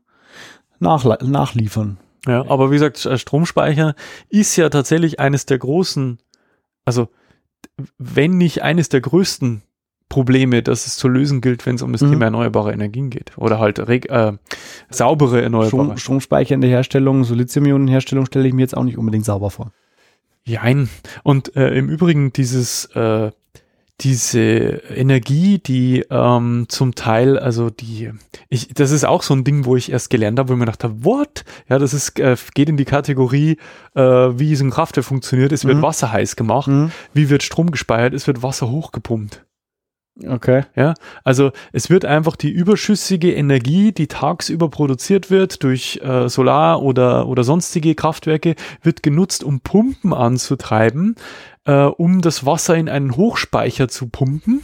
B: nachle- nachliefern.
A: Ja, aber wie gesagt, äh, Stromspeicher ist ja tatsächlich eines der großen, also d- wenn nicht eines der größten Probleme, dass es zu lösen gilt, wenn es um das
B: Mhm.
A: Thema erneuerbare Energien geht oder halt reg- äh, saubere
B: Strom,
A: erneuerbare.
B: Stromspeicher in der Herstellung, so Lithium-Ionen-Herstellung stelle ich mir jetzt auch nicht unbedingt sauber vor.
A: Jein. Und äh, im Übrigen dieses äh, diese Energie, die ähm, zum Teil, also die, ich, das ist auch so ein Ding, wo ich erst gelernt habe, wo ich mir gedacht habe, what? Ja, das ist, äh, geht in die Kategorie, äh, wie so ein Kraftwerk funktioniert, es wird
B: Mhm.
A: Wasser heiß gemacht, wie wird Strom gespeichert, es wird Wasser hochgepumpt.
B: Okay.
A: Also es wird einfach die überschüssige Energie, die tagsüber produziert wird durch äh, Solar- oder, oder sonstige Kraftwerke, wird genutzt, um Pumpen anzutreiben, äh, um das Wasser in einen Hochspeicher zu pumpen.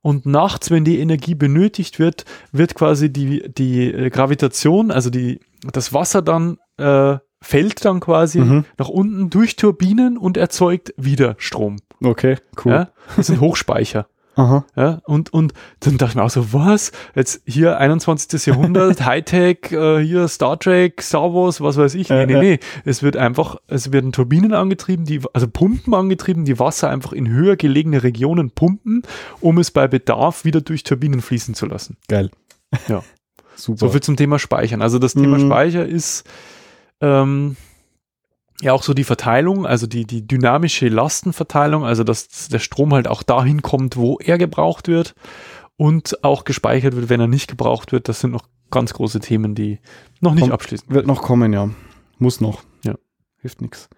A: Und nachts, wenn die Energie benötigt wird, wird quasi die, die äh, Gravitation, also die, das Wasser dann äh, fällt dann quasi
B: Mhm.
A: nach unten durch Turbinen und erzeugt wieder Strom.
B: Okay, cool.
A: Ja? Das sind Hochspeicher.
B: Aha.
A: Ja, und, und dann dachte ich mir auch so, was? Jetzt hier 21. Jahrhundert, Hightech, äh, hier Star Trek, Star Wars, was weiß ich. Nee,
B: Äh,
A: nee,
B: äh.
A: nee. Es wird einfach, es werden Turbinen angetrieben, die, also Pumpen angetrieben, die Wasser einfach in höher gelegene Regionen pumpen, um es bei Bedarf wieder durch Turbinen fließen zu lassen.
B: Geil.
A: Ja.
B: Super.
A: So viel zum Thema Speichern. Also das Thema
B: Mhm.
A: Speicher ist ähm, ja auch so die Verteilung, also die, die dynamische Lastenverteilung, also dass der Strom halt auch dahin kommt, wo er gebraucht wird und auch gespeichert wird, wenn er nicht gebraucht wird. Das sind noch ganz große Themen, die noch nicht
B: Kommt-
A: abschließen.
B: Wird noch kommen, ja. Muss noch.
A: Ja.
B: Hilft nichts.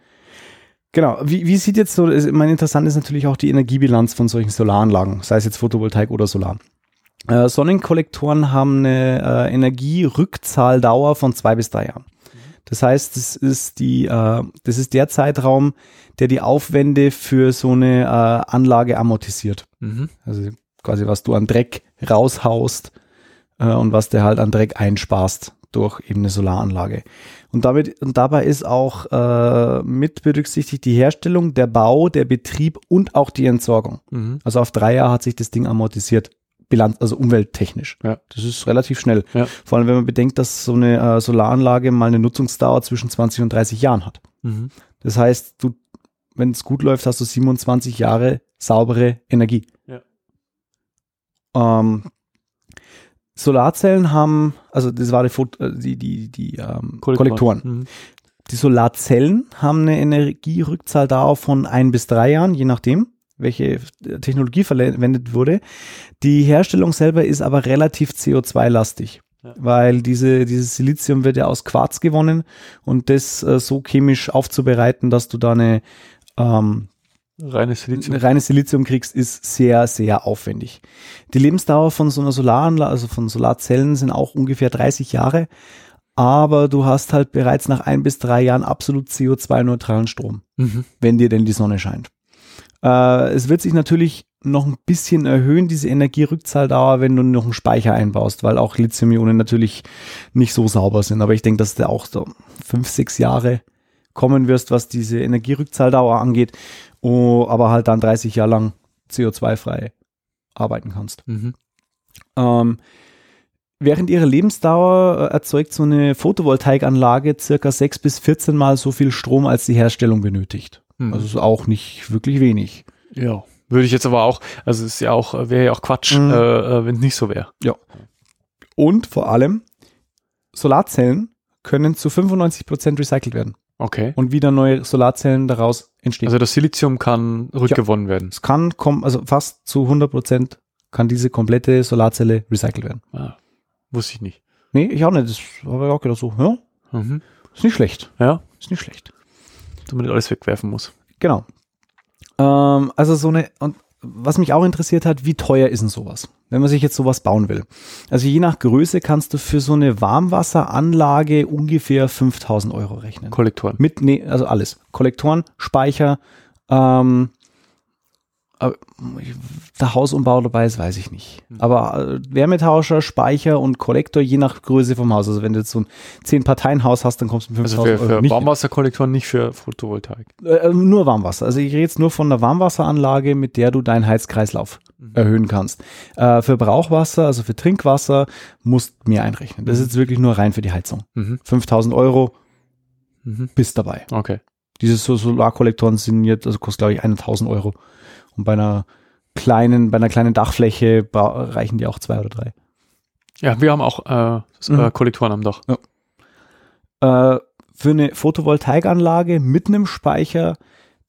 B: Genau. Wie, wie sieht jetzt so, ich meine, interessant ist natürlich auch die Energiebilanz von solchen Solaranlagen, sei es jetzt Photovoltaik oder Solar. Äh, Sonnenkollektoren haben eine äh, Energierückzahldauer von zwei bis drei Jahren. Das heißt, das ist, die, äh, das ist der Zeitraum, der die Aufwände für so eine äh, Anlage amortisiert.
A: Mhm.
B: Also quasi, was du an Dreck raushaust äh, und was du halt an Dreck einsparst durch eben eine Solaranlage. Und, damit, und dabei ist auch äh, mit berücksichtigt die Herstellung, der Bau, der Betrieb und auch die Entsorgung.
A: Mhm.
B: Also auf drei Jahre hat sich das Ding amortisiert. Bilanz, also umwelttechnisch.
A: Ja.
B: Das ist relativ schnell.
A: Ja.
B: Vor allem, wenn man bedenkt, dass so eine äh, Solaranlage mal eine Nutzungsdauer zwischen 20 und 30 Jahren hat.
A: Mhm.
B: Das heißt, du, wenn es gut läuft, hast du 27 Jahre saubere Energie.
A: Ja.
B: Ähm, Solarzellen haben, also das war die, Fot äh, die, die, die ähm, Kollektoren.
A: Mhm.
B: Die Solarzellen haben eine Energierückzahldauer von ein bis drei Jahren, je nachdem, welche Technologie verwendet wurde. Die Herstellung selber ist aber relativ CO2-lastig,
A: Ja.
B: weil diese, dieses Silizium wird ja aus Quarz gewonnen und das äh, so chemisch aufzubereiten, dass du da eine ähm,
A: Reines Silizium.
B: ein reines Silizium kriegst, ist sehr, sehr aufwendig. Die Lebensdauer von so einer Solaranlage, also von Solarzellen sind auch ungefähr 30 Jahre. aber du hast halt bereits nach ein bis drei Jahren absolut CO2-neutralen Strom,
A: Mhm.
B: wenn dir denn die Sonne scheint. Äh, es wird sich natürlich noch ein bisschen erhöhen, diese Energierückzahldauer, wenn du noch einen Speicher einbaust, weil auch Lithium-Ionen natürlich nicht so sauber sind. Aber ich denke, dass du auch so fünf, sechs Jahre kommen wirst, was diese Energierückzahldauer angeht, oh, aber halt dann 30 Jahre lang CO2-frei arbeiten kannst.
A: Mhm.
B: Ähm, während ihrer Lebensdauer äh, erzeugt so eine Photovoltaikanlage circa 6 bis 14 Mal so viel Strom, als die Herstellung benötigt.
A: Mhm.
B: Also ist auch nicht wirklich wenig.
A: Ja. Würde ich jetzt aber auch, also ist ja auch, wäre ja auch Quatsch,
B: Mhm.
A: äh, äh, wenn es nicht so wäre.
B: Und vor allem, Solarzellen können zu 95% recycelt werden
A: Okay.
B: und wieder neue Solarzellen daraus entstehen.
A: Also das Silizium kann rückgewonnen werden.
B: es kann kommen, also fast zu 100% kann diese komplette Solarzelle recycelt werden.
A: Ah, wusste ich nicht.
B: Nee, ich auch nicht. Das habe ich auch gedacht so. Ja,
A: Mhm.
B: ist nicht schlecht.
A: Ja,
B: Ist nicht schlecht.
A: dass man nicht alles wegwerfen muss.
B: Genau. Ähm, also so eine, und was mich auch interessiert hat, wie teuer ist denn sowas, wenn man sich jetzt sowas bauen will? Also je nach Größe kannst du für so eine Warmwasseranlage ungefähr 5000 Euro rechnen.
A: Kollektoren.
B: Mit, nee, also alles. Kollektoren, Speicher, ähm, äh, der Hausumbau dabei ist, weiß ich nicht.
A: Hm.
B: Aber äh, Wärmetauscher, Speicher und Kollektor, je nach Größe vom Haus. Also wenn du jetzt so ein 10-Parteien-Haus hast, dann kommst du mit 5000
A: Also für,
B: Euro
A: für
B: nicht
A: Warmwasserkollektoren, nicht für Photovoltaik.
B: äh, nur Warmwasser. Also ich rede jetzt nur von einer Warmwasseranlage, mit der du deinen Heizkreislauf erhöhen kannst. Äh, für Brauchwasser, also für Trinkwasser, musst mehr einrechnen. Das ist jetzt wirklich nur rein für die Heizung.
A: Mhm.
B: 5000 Euro,
A: Mhm.
B: bist dabei.
A: Okay.
B: Diese so Solarkollektoren sind jetzt, also kostet glaube ich 1000 Euro. Und bei einer kleinen, bei einer kleinen Dachfläche ba- reichen die auch zwei oder drei.
A: Ja, wir haben auch äh, s-
B: Mhm.
A: äh, Kollektoren am Dach.
B: Äh, für eine Photovoltaikanlage mit einem Speicher,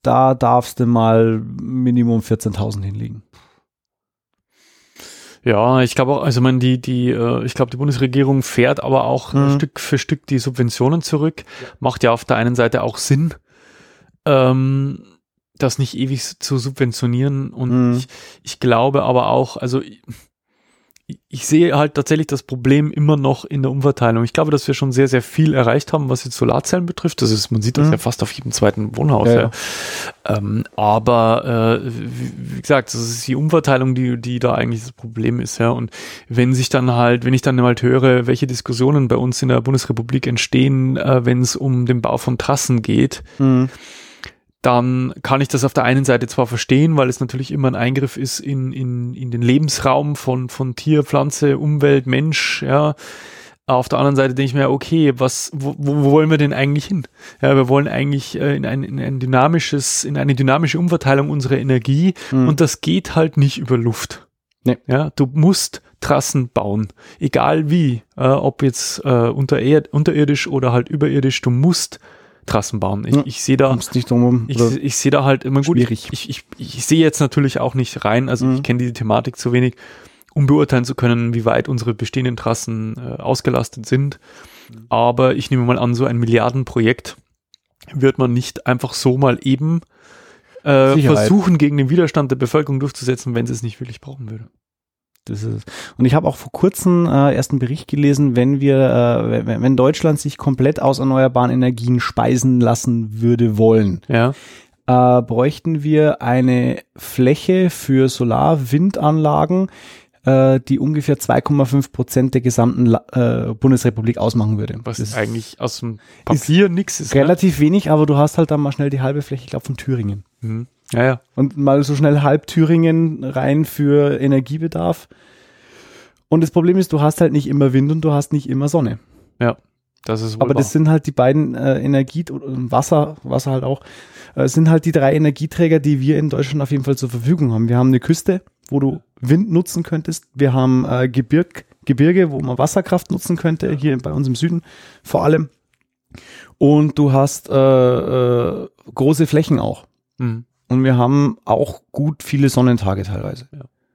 B: da darfst du mal Minimum 14.000 hinlegen.
A: Ja, ich glaube auch, also man die die äh, ich glaube die Bundesregierung fährt aber auch äh,
B: Mhm.
A: Stück für Stück die Subventionen zurück. Macht ja auf der einen Seite auch Sinn, ähm, das nicht ewig s- zu subventionieren und
B: Mhm.
A: ich, ich glaube aber auch, also ich, ich sehe halt tatsächlich das Problem immer noch in der Umverteilung. Ich glaube, dass wir schon sehr sehr viel erreicht haben, was jetzt Solarzellen betrifft. Das ist man sieht das
B: Mhm.
A: ja fast auf jedem zweiten Wohnhaus.
B: Ja,
A: Ja,
B: ja.
A: Ähm, aber äh, wie, wie gesagt, das ist die Umverteilung, die, die da eigentlich das Problem ist, ja. Und wenn sich dann halt, wenn ich dann halt höre, welche Diskussionen bei uns in der Bundesrepublik entstehen, äh, wenn es um den Bau von Trassen geht, dann kann ich das auf der einen Seite zwar verstehen, weil es natürlich immer ein Eingriff ist in, in, in den Lebensraum von, von Tier, Pflanze, Umwelt, Mensch, ja. Auf der anderen Seite denke ich mir, okay, was, wo, wo wollen wir denn eigentlich hin? Ja, wir wollen eigentlich äh, in, ein, in ein dynamisches, in eine dynamische Umverteilung unserer Energie
B: Mhm.
A: und das geht halt nicht über Luft.
B: Nee.
A: Ja, du musst Trassen bauen, egal wie, äh, ob jetzt äh, untererd, unterirdisch oder halt überirdisch, du musst Trassen bauen. Ich,
B: Ja.
A: ich sehe da,
B: kommst nicht drum rum.
A: ich,
B: Oder-
A: ich sehe da halt immer gut.
B: Schwierig.
A: Ich, ich, ich, ich sehe jetzt natürlich auch nicht rein, also ich
B: Mhm.
A: kenne die Thematik zu wenig, um beurteilen zu können, wie weit unsere bestehenden Trassen äh, ausgelastet sind.
B: Mhm.
A: Aber ich nehme mal an, so ein Milliardenprojekt wird man nicht einfach so mal eben äh,
B: Sicherheit.
A: versuchen, gegen den Widerstand der Bevölkerung durchzusetzen, wenn sie es nicht wirklich brauchen würde.
B: Das ist, und ich habe auch vor kurzem äh, erst einen Bericht gelesen, wenn wir, äh, wenn, wenn Deutschland sich komplett aus erneuerbaren Energien speisen lassen würde wollen,
A: Ja.
B: äh, bräuchten wir eine Fläche für Solar-Windanlagen, äh, die ungefähr 2,5 Prozent der gesamten La äh, Bundesrepublik ausmachen würde.
A: Was
B: das
A: eigentlich aus dem Papier nichts ist. ne?
B: ist relativ wenig, aber du hast halt dann mal schnell die halbe Fläche, ich glaube, von Thüringen.
A: Ne? Mhm. Ja, ja.
B: und mal so schnell halb Thüringen rein für Energiebedarf. Und das Problem ist, du hast halt nicht immer Wind und du hast nicht immer Sonne.
A: Das ist wohl
B: Aber das
A: wahr.
B: sind halt die beiden äh, Energie und Wasser, Wasser halt auch, äh, sind halt die drei Energieträger, die wir in Deutschland auf jeden Fall zur Verfügung haben. Wir haben eine Küste, wo du Wind nutzen könntest. Wir haben äh, Gebirg, Gebirge, wo man Wasserkraft nutzen könnte, hier bei uns im Süden vor allem. Und du hast äh, äh, große Flächen auch.
A: mhm.
B: Und wir haben auch gut viele Sonnentage teilweise.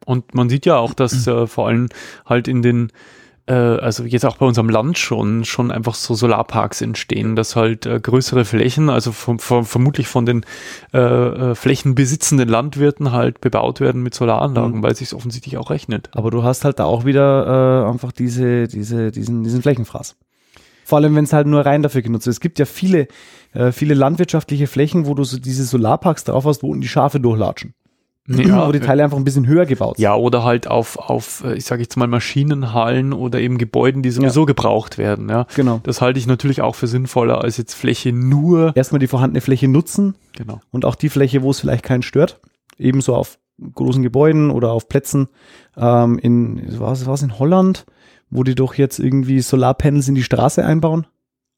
A: Und man sieht ja auch, dass äh, vor allem halt in den, äh, also jetzt auch bei unserem Land schon, schon einfach so Solarparks entstehen, dass halt äh, größere Flächen, also vom, vom, vermutlich von den äh, äh, flächenbesitzenden Landwirten halt bebaut werden mit Solaranlagen,
B: Mhm.
A: weil sich offensichtlich auch rechnet.
B: Aber du hast halt da auch wieder äh, einfach diese, diese, diesen, diesen Flächenfraß. Vor allem, wenn es halt nur rein dafür genutzt wird. Es gibt ja viele, äh, viele landwirtschaftliche Flächen, wo du so diese Solarparks drauf hast, wo unten die Schafe durchlatschen.
A: Ja.
B: wo die Teile einfach ein bisschen höher gebaut sind.
A: Ja, oder halt auf, auf äh, ich sage jetzt mal, Maschinenhallen oder eben Gebäuden, die sowieso gebraucht werden. Ja.
B: Genau.
A: Das halte ich natürlich auch für sinnvoller als jetzt Fläche nur.
B: Erstmal die vorhandene Fläche nutzen
A: Genau.
B: und auch die Fläche, wo es vielleicht keinen stört. Ebenso auf großen Gebäuden oder auf Plätzen. Ähm, in, was war es in Holland, wo die doch jetzt irgendwie Solarpanels in die Straße einbauen?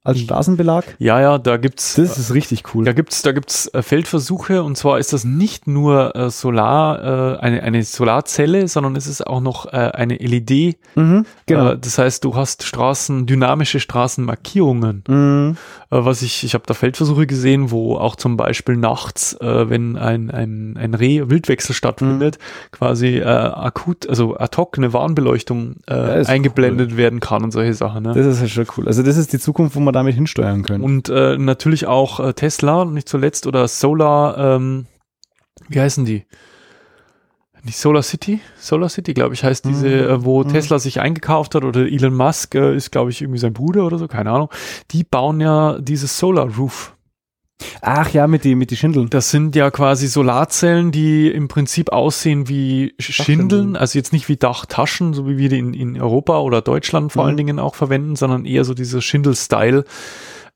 B: Als Straßenbelag?
A: Ja, ja, da gibt's
B: Mhm. Das ist richtig cool.
A: Da gibt's da gibt's äh, Feldversuche und zwar ist das nicht nur äh, Solar, äh, eine, eine Solarzelle, sondern es ist auch noch äh, eine LED.
B: Mhm,
A: Äh, das heißt, du hast Straßen, dynamische Straßenmarkierungen.
B: Mhm.
A: Äh, was ich, ich habe da Feldversuche gesehen, wo auch zum Beispiel nachts, äh, wenn ein, ein, ein Reh-Wildwechsel stattfindet, quasi äh, akut, also ad hoc eine Warnbeleuchtung äh,
B: ist
A: eingeblendet werden kann und solche Sachen. Ne?
B: Das ist halt schon cool. Also das ist die Zukunft, wo wir damit hinsteuern können.
A: Und äh, natürlich auch äh, Tesla, nicht zuletzt, oder Solar, ähm, wie heißen die? Nicht Solar City? Solar City, glaube ich, heißt diese, äh, wo Tesla sich eingekauft hat oder Elon Musk äh, ist, glaube ich, irgendwie sein Bruder oder so, keine Ahnung. Die bauen ja dieses Solar Roof.
B: Ach ja, mit die, mit die Schindeln.
A: Das sind ja quasi Solarzellen, die im Prinzip aussehen wie Sch-
B: Dachschindeln.
A: Schindeln, also jetzt nicht wie Dachtaschen, so wie wir die in, in Europa oder Deutschland vor
B: Mhm.
A: allen Dingen auch verwenden, sondern eher so dieser Schindel-Style.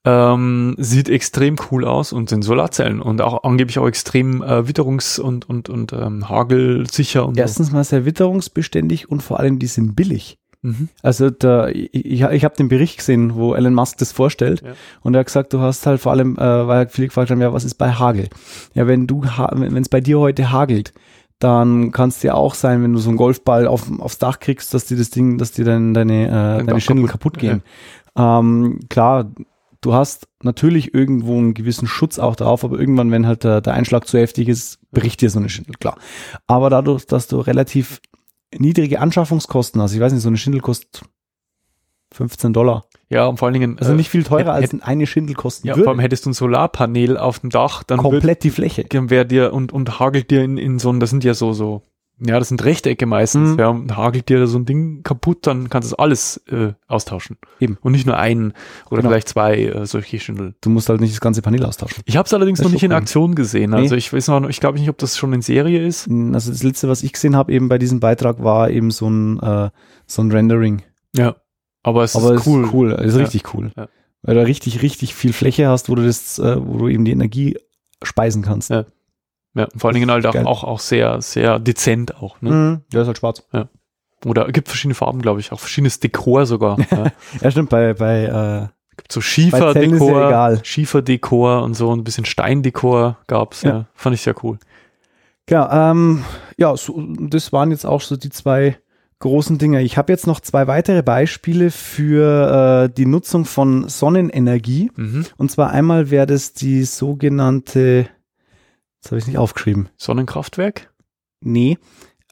A: Ähm, sieht extrem cool aus und sind Solarzellen und auch angeblich auch extrem äh, witterungs- und, und, und ähm, hagelsicher und so.
B: Erstens mal sehr witterungsbeständig und vor allem die sind billig.
A: Mhm.
B: Also da, ich, ich, ich habe den Bericht gesehen, wo Elon Musk das vorstellt
A: Ja.
B: und er hat gesagt, du hast halt vor allem, äh, weil viele gefragt haben, ja, was ist bei Hagel? Ja, wenn du, wenn es bei dir heute hagelt, dann kann es ja auch sein, wenn du so einen Golfball auf, aufs Dach kriegst, dass dir das Ding, dass dir dein, deine, äh,
A: Dach
B: deine Schindeln kaputt, gehen. Ähm, klar, du hast natürlich irgendwo einen gewissen Schutz auch drauf, aber irgendwann, wenn halt der, der Einschlag zu heftig ist, bricht dir so eine Schindel, klar. Aber dadurch, dass du relativ niedrige Anschaffungskosten hast, ich weiß nicht, so eine Schindel kostet 15 Dollar.
A: Ja, und vor allen Dingen,
B: Also
A: äh,
B: nicht viel teurer, als
A: hätte-
B: eine Schindel kosten
A: ja, vor allem
B: würde.
A: hättest du ein Solarpanel auf dem Dach, dann würd-
B: Komplett die Fläche.
A: wer dir und, und hagelt dir in, in so ein, das sind ja so, so, ja, das sind Rechtecke meistens,
B: Mhm.
A: ja, und hagelt dir so ein Ding kaputt, dann kannst du alles äh, austauschen.
B: Eben.
A: Und nicht nur einen oder
B: Genau.
A: vielleicht zwei äh, solche Schindel.
B: Du musst halt nicht das ganze Panel austauschen.
A: Ich habe es allerdings
B: Das
A: noch
B: ist
A: nicht
B: schon
A: in
B: cool.
A: Aktion gesehen. Also ich weiß noch, ich glaube nicht, ob das schon in Serie ist.
B: Also das letzte, was ich gesehen habe eben bei diesem Beitrag, war eben so ein, äh, so ein Rendering.
A: Ja. Aber es
B: aber
A: ist cool.
B: ist cool, ist
A: Ja.
B: richtig cool.
A: Ja.
B: Weil du richtig, richtig viel Fläche hast, wo du das, äh, wo du eben die Energie speisen kannst.
A: Ja. Ja, und vor allen Dingen halt auch,
B: Geil.
A: auch, auch sehr, sehr dezent auch. Ne?
B: Mhm. Ja, ist halt schwarz.
A: Oder gibt verschiedene Farben, glaube ich, auch verschiedenes Dekor sogar. ja.
B: Ja, stimmt, bei, bei äh,
A: Gibt so
B: Bei Zellen ist ja
A: Schieferdekor,
B: egal.
A: Schieferdekor und so ein bisschen Steindekor gab's.
B: Ja.
A: Ja. Fand ich sehr cool.
B: ja, ähm, ja, so, das waren jetzt auch so die zwei großen Dinge. Ich habe jetzt noch zwei weitere Beispiele für äh, die Nutzung von Sonnenenergie.
A: Mhm.
B: Und zwar einmal wäre das die sogenannte, das habe ich nicht aufgeschrieben.
A: Sonnenkraftwerk?
B: Nee.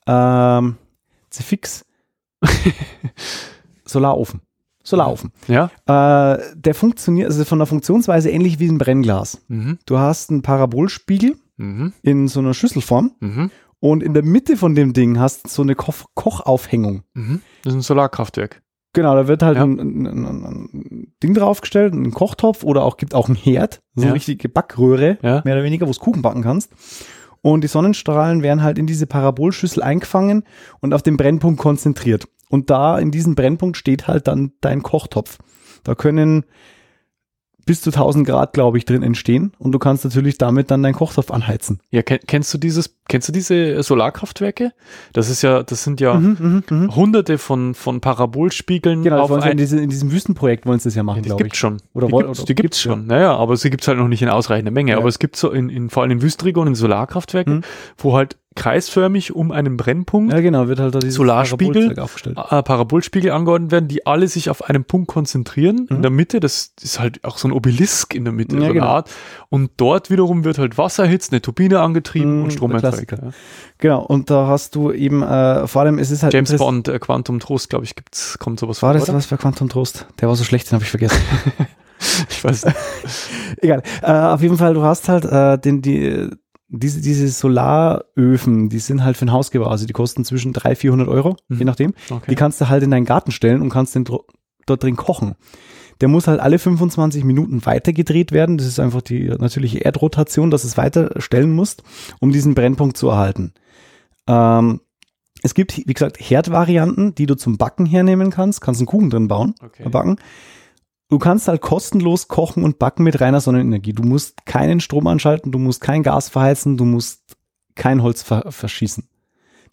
B: Ähm, Zifix. Solarofen. Solarofen.
A: Ja.
B: Äh, der funktioniert, also von der Funktionsweise ähnlich wie ein Brennglas.
A: Mhm.
B: Du hast einen Parabolspiegel
A: Mhm.
B: in so einer Schüsselform
A: Mhm.
B: und in der Mitte von dem Ding hast du so eine Koch Kochaufhängung.
A: Mhm. Das ist ein Solarkraftwerk.
B: Genau, da wird halt
A: Ja.
B: ein, ein, ein, ein Ding draufgestellt, ein Kochtopf oder auch gibt auch einen Herd, so
A: Ja.
B: richtige Backröhre,
A: Ja.
B: mehr oder weniger, wo du Kuchen backen kannst. Und die Sonnenstrahlen werden halt in diese Parabolschüssel eingefangen und auf den Brennpunkt konzentriert. Und da in diesem Brennpunkt steht halt dann dein Kochtopf. Da können bis zu 1000 Grad, glaube ich, drin entstehen und du kannst natürlich damit dann deinen Kochtopf anheizen.
A: Ja, ken kennst du dieses, kennst du diese äh, Solarkraftwerke? Das ist ja, das sind ja
B: Mhm, mhm, mhm.
A: hunderte von, von Parabolspiegeln
B: Genau, das
A: auf
B: wollen sie in,
A: ein,
B: diese, in diesem Wüstenprojekt wollen sie das ja machen,
A: die
B: glaube ich.
A: gibt's schon.
B: Oder
A: die
B: woll-
A: gibt's,
B: oder
A: die gibt's
B: gibt's,
A: schon. Naja, aber sie gibt's halt noch nicht in ausreichender Menge.
B: Ja.
A: Aber es gibt so in, in vor allem in Wüstregionen Solarkraftwerke,
B: Mhm.
A: wo halt kreisförmig um einen Brennpunkt
B: Ja, genau, wird halt da dieses
A: Solarspiegel.
B: Parabolzeug aufgestellt.
A: äh, Parabolspiegel angeordnet werden, die alle sich auf einen Punkt konzentrieren in
B: Mhm.
A: der Mitte. Das ist halt auch so ein Obelisk in der Mitte,
B: Ja,
A: so eine
B: genau.
A: Art. Und dort wiederum wird halt Wasser erhitzt, eine Turbine angetrieben
B: Mhm,
A: und Strom
B: der
A: erzeugt.
B: Klassiker.
A: Ja.
B: Genau, und da hast du eben, äh, vor allem, es ist halt.
A: James
B: interess-
A: Bond, äh, Quantum Trost, glaube ich, gibt's, kommt sowas
B: War
A: vor,
B: das
A: oder?
B: was für Quantum Trost? Der war so schlecht, den habe ich vergessen.
A: Ich weiß nicht.
B: Egal. Äh, auf jeden Fall, du hast halt äh, den, die, diese, diese Solaröfen, die sind halt für ein Hausgeber. Also die kosten zwischen 300, 400 Euro,
A: Mhm.
B: je nachdem. Die
A: Okay.
B: kannst du halt in deinen Garten stellen und kannst den dro- dort drin kochen. Der muss halt alle 25 Minuten weitergedreht werden. Das ist einfach die natürliche Erdrotation, dass es weiterstellen musst, um diesen Brennpunkt zu erhalten. Ähm, es gibt, wie gesagt, Herdvarianten, die du zum Backen hernehmen kannst. Kannst einen Kuchen drin bauen,
A: Okay.
B: backen. Du kannst halt kostenlos kochen und backen mit reiner Sonnenenergie. Du musst keinen Strom anschalten, du musst kein Gas verheizen, du musst kein Holz ver verschießen.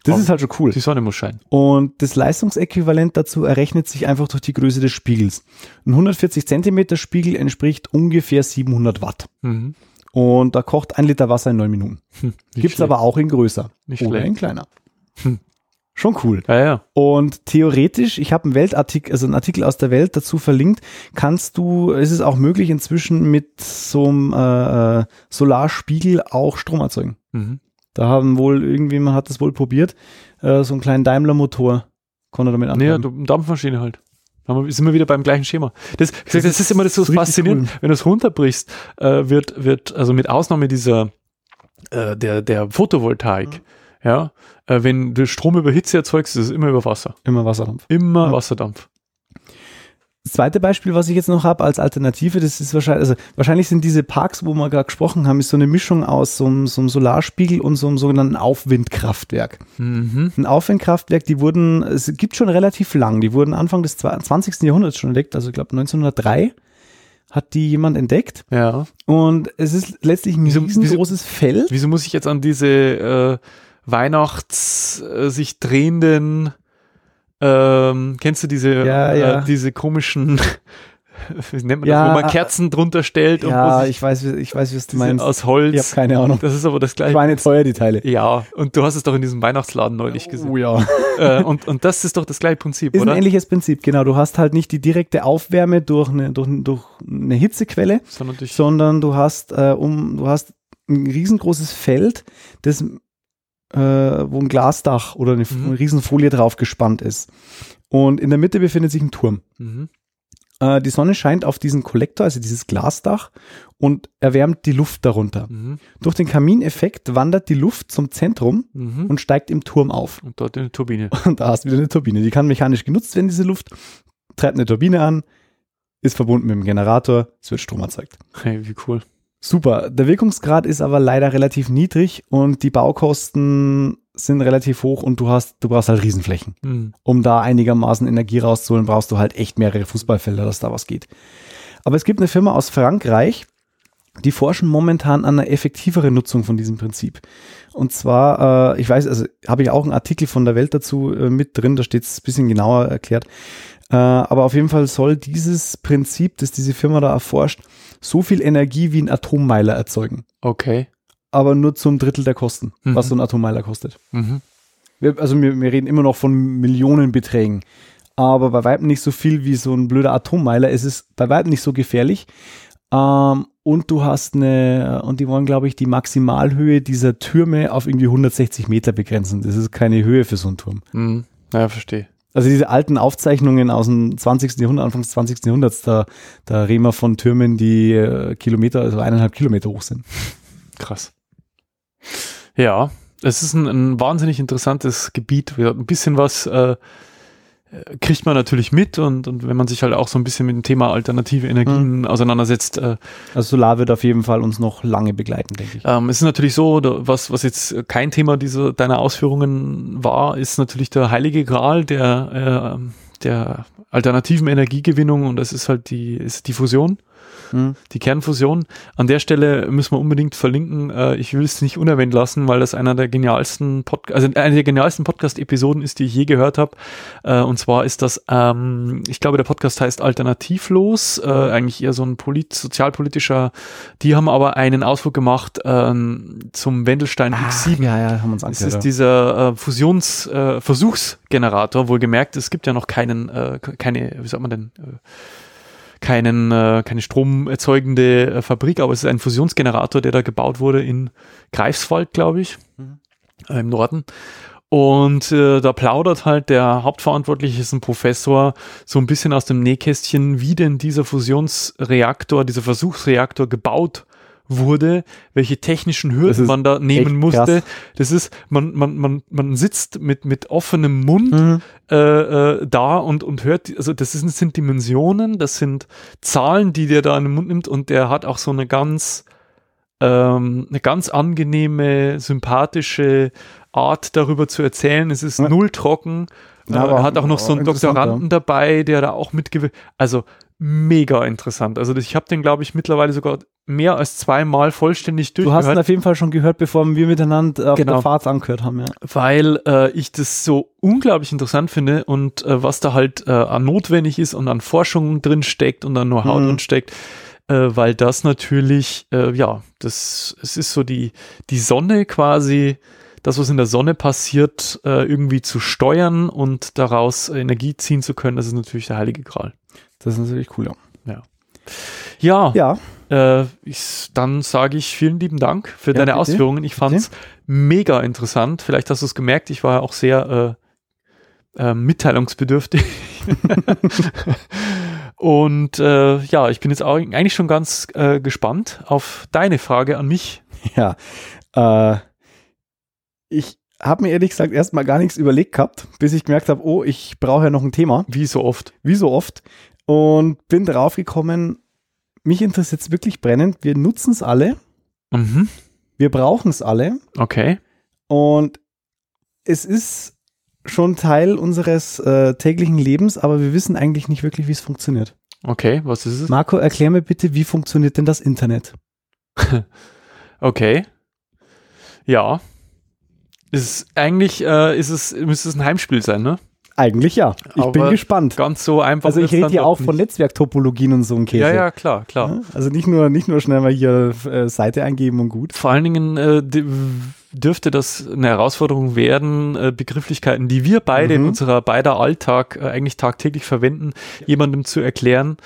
B: Das
A: Oh.
B: ist halt schon cool.
A: Die Sonne muss scheinen.
B: Und das Leistungsäquivalent dazu errechnet sich einfach durch die Größe des Spiegels. Ein 140 Zentimeter Spiegel entspricht ungefähr 700 Watt.
A: Mhm.
B: Und da kocht ein Liter Wasser in neun Minuten.
A: Nicht
B: Gibt's
A: schlecht.
B: aber auch in größer
A: Nicht
B: oder
A: schlecht.
B: in kleiner.
A: Hm.
B: Schon cool.
A: Ja, ja.
B: Und theoretisch, ich habe einen Weltartikel, also einen Artikel aus der Welt dazu verlinkt, kannst du, es ist auch möglich inzwischen mit so einem äh, äh, Solarspiegel auch Strom erzeugen.
A: Mhm.
B: Da haben wohl irgendwie, man hat das wohl probiert, äh, so einen kleinen Daimler-Motor konnte damit
A: Nee, ja,
B: antreiben.
A: du- Dampfmaschine halt. Da haben wir- sind wir wieder beim gleichen Schema. Das, wie gesagt, das ist immer das so
B: richtig
A: faszinierend, wenn du es runterbrichst, äh, wird, wird, also mit Ausnahme dieser, äh, der, der
B: Mhm.
A: Photovoltaik, ja, äh, wenn du Strom über Hitze erzeugst, ist es immer über Wasser.
B: Immer Wasserdampf.
A: Immer
B: Ja.
A: Wasserdampf.
B: Das zweite Beispiel, was ich jetzt noch habe als Alternative, das ist wahrscheinlich, also wahrscheinlich sind diese Parks, wo wir gerade gesprochen haben, ist so eine Mischung aus so einem, so einem Solarspiegel und so einem sogenannten Aufwindkraftwerk.
A: Mhm.
B: Ein Aufwindkraftwerk, die wurden, es gibt schon relativ lang, die wurden Anfang des 20. Jahrhunderts schon entdeckt, also ich glaube 1903 hat die jemand entdeckt
A: Ja.
B: und es ist letztlich ein
A: Wieso-
B: riesengroßes Feld.
A: Wieso muss ich jetzt an diese äh, Weihnachts äh, sich drehenden ähm, kennst du diese
B: Ja,
A: äh,
B: ja.
A: diese komischen wie nennt man
B: Ja,
A: das, wo man
B: äh,
A: Kerzen drunter stellt und wo
B: Ja,
A: sich
B: ich weiß, ich weiß, wie du
A: diese
B: meinst.
A: aus
B: Ich habe
A: Holz.
B: keine Ahnung.
A: Das ist aber das gleiche.
B: Schweineteuer, die Teile.
A: Ja, und du hast es doch in diesem Weihnachtsladen neulich gesehen.
B: Oh ja.
A: Äh, und, und das ist doch das gleiche Prinzip,
B: Ist
A: oder?
B: ein ähnliches Prinzip, genau. Du hast halt nicht die direkte Aufwärme durch eine, durch, durch eine Hitzequelle,
A: Sondern durch
B: sondern du hast, äh, um, du hast ein riesengroßes Feld, das, äh, wo ein Glasdach oder eine,
A: Mhm.
B: eine Riesenfolie drauf gespannt ist. Und in der Mitte befindet sich ein Turm.
A: mhm.
B: Äh, die Sonne scheint auf diesen Kollektor, also dieses Glasdach, und erwärmt die Luft darunter.
A: Mhm.
B: Durch den Kamineffekt wandert die Luft zum Zentrum
A: Mhm.
B: und steigt im Turm auf.
A: Und dort eine Turbine.
B: Und da hast du wieder eine Turbine. Die kann mechanisch genutzt werden, diese Luft. Treibt eine Turbine an, ist verbunden mit dem Generator, es wird Strom erzeugt.
A: Hey, wie cool.
B: Super. Der Wirkungsgrad ist aber leider relativ niedrig und die Baukosten sind relativ hoch und du hast, du brauchst halt Riesenflächen.
A: Mhm.
B: Um da einigermaßen Energie rauszuholen, brauchst du halt echt mehrere Fußballfelder, dass da was geht. Aber es gibt eine Firma aus Frankreich, die forschen momentan an einer effektiveren Nutzung von diesem Prinzip. Und zwar, äh, ich weiß, also habe ich auch einen Artikel von der Welt dazu äh, mit drin, da steht es ein bisschen genauer erklärt. Äh, aber auf jeden Fall soll dieses Prinzip, das diese Firma da erforscht, so viel Energie wie ein Atommeiler erzeugen.
A: Okay.
B: Aber nur zum Drittel der Kosten,
A: Mhm.
B: was so ein Atommeiler kostet.
A: Mhm.
B: Wir, also wir, wir reden immer noch von Millionenbeträgen. Aber bei weitem nicht so viel wie so ein blöder Atommeiler. Es ist bei weitem nicht so gefährlich. Ähm, und du hast eine, und die wollen, glaube ich, die Maximalhöhe dieser Türme auf irgendwie 160 Meter begrenzen. Das ist keine Höhe für so einen Turm.
A: Mhm. Ja, verstehe.
B: Also diese alten Aufzeichnungen aus dem 20. Jahrhundert, Anfang des 20. Jahrhunderts, da, da reden wir von Türmen, die äh, Kilometer, also eineinhalb Kilometer hoch sind.
A: Krass. Ja, es ist ein, ein wahnsinnig interessantes Gebiet. Wir- Ein bisschen was äh, äh, kriegt man natürlich mit und, und wenn man sich halt auch so ein bisschen mit dem Thema alternative Energien
B: Mhm.
A: auseinandersetzt, äh,
B: Also Solar wird auf jeden Fall uns noch lange begleiten, denke ich.
A: Ähm, es ist natürlich so, da, was, was jetzt äh, kein Thema dieser, deiner Ausführungen war, ist natürlich der heilige Gral der, äh, der alternativen Energiegewinnung und das ist halt die, ist die Fusion,
B: Hm.
A: die Kernfusion. An der Stelle müssen wir unbedingt verlinken. Äh, ich will es nicht unerwähnt lassen, weil das einer der genialsten Pod also eine der genialsten Podcast-Episoden ist, die ich je gehört habe. Äh, und zwar ist das, ähm, ich glaube, der Podcast heißt Alternativlos, äh, eigentlich eher so ein polit sozialpolitischer. Die haben aber einen Ausflug gemacht ähm, zum Wendelstein X7.
B: Ah, ja, ja, haben wir uns
A: Es
B: angehört.
A: ist
B: ja.
A: dieser äh, Fusions äh, Versuchsgenerator, wohlgemerkt, es gibt ja noch keinen, äh, k- keine, wie sagt man denn, äh, keinen, äh, keine stromerzeugende äh, Fabrik, aber es ist ein Fusionsgenerator, der da gebaut wurde in Greifswald, glaube ich,
B: Mhm.
A: äh, im Norden. Und äh, da plaudert halt der Hauptverantwortliche, ist ein Professor, so ein bisschen aus dem Nähkästchen, wie denn dieser Fusionsreaktor, dieser Versuchsreaktor gebaut wurde, welche technischen Hürden
B: ist
A: man da nehmen
B: echt
A: musste.
B: krass.
A: Das ist, man, man, man, man sitzt mit, mit offenem Mund
B: Mhm.
A: äh, äh, da und, und hört, die- also das ist, sind Dimensionen, das sind Zahlen, die der da in den Mund nimmt und der hat auch so eine ganz, ähm, eine ganz angenehme, sympathische Art darüber zu erzählen. Es ist
B: Ja.
A: null trocken.
B: Ja,
A: äh,
B: aber
A: er hat auch noch so einen
B: interessant,
A: Doktoranden dabei, der da auch mitgewirkt. Also mega interessant. Also das- ich habe den, glaube ich, mittlerweile sogar mehr als zweimal vollständig
B: Du hast ihn
A: durchgehört,
B: auf jeden Fall schon gehört, bevor wir miteinander auf
A: Genau.
B: der Fahrt angehört haben. Ja.
A: weil äh, ich das so unglaublich interessant finde und äh, was da halt äh, an notwendig ist und an Forschung drin steckt und an Know-how
B: Mhm.
A: drin steckt, äh, weil das natürlich, äh, ja, das, es ist so die, die Sonne quasi, das, was in der Sonne passiert, äh, irgendwie zu steuern und daraus Energie ziehen zu können, das ist natürlich der heilige Gral.
B: Das ist natürlich cool, ja.
A: Ja,
B: Ja,
A: Äh, ich, dann sage ich vielen lieben Dank für
B: Ja,
A: deine
B: bitte.
A: Ausführungen. Ich fand es mega interessant. Vielleicht hast du es gemerkt, ich war ja auch sehr äh, äh, mitteilungsbedürftig. Und äh, ja, ich bin jetzt auch eigentlich schon ganz äh, gespannt auf deine Frage an mich.
B: ja. Äh, ich habe mir ehrlich gesagt erstmal gar nichts überlegt gehabt, bis ich gemerkt habe, oh, ich brauche ja noch ein Thema.
A: Wie so oft.
B: wie so oft. Und bin draufgekommen, mich interessiert es wirklich brennend. Wir nutzen es alle,
A: Mhm.
B: wir brauchen es alle.
A: Okay.
B: Und es ist schon Teil unseres äh, täglichen Lebens, aber wir wissen eigentlich nicht wirklich, wie es funktioniert.
A: Okay, was ist es?
B: Marco, erklär mir bitte, wie funktioniert denn das Internet?
A: Okay. Ja. Ist eigentlich äh, ist es, müsste es ein Heimspiel sein, ne?
B: Eigentlich ja. Ich bin
A: Aber
B: gespannt.
A: Ganz so einfach.
B: Also ich
A: wird's
B: rede
A: dann
B: hier
A: doch
B: auch von
A: nicht.
B: Netzwerktopologien und so ein Käse.
A: Ja, ja, klar, klar.
B: Ne? Also nicht nur, nicht nur schnell mal hier äh, Seite eingeben und gut.
A: Vor allen Dingen äh, d- dürfte das eine Herausforderung werden, äh, Begrifflichkeiten, die wir beide in
B: Mhm.
A: unserer beider Alltag äh, eigentlich tagtäglich verwenden, jemandem zu erklären,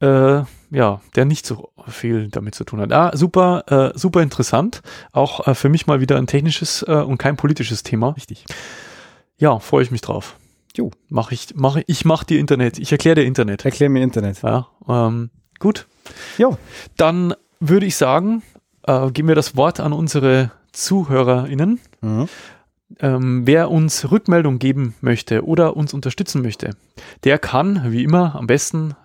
A: äh, ja, der nicht so viel damit zu tun hat. Ah, super, äh, super interessant. Auch äh, für mich mal wieder ein technisches äh, und kein politisches Thema.
B: Richtig.
A: Ja, freue ich mich drauf.
B: Jo.
A: Mach ich, mache ich mach dir Internet. Ich erkläre dir Internet.
B: Erklär mir Internet.
A: Ja, ähm, gut.
B: Jo.
A: Dann würde ich sagen, äh, geben wir das Wort an unsere ZuhörerInnen.
B: Mhm.
A: Ähm, wer uns Rückmeldung geben möchte oder uns unterstützen möchte, der kann, wie immer, am besten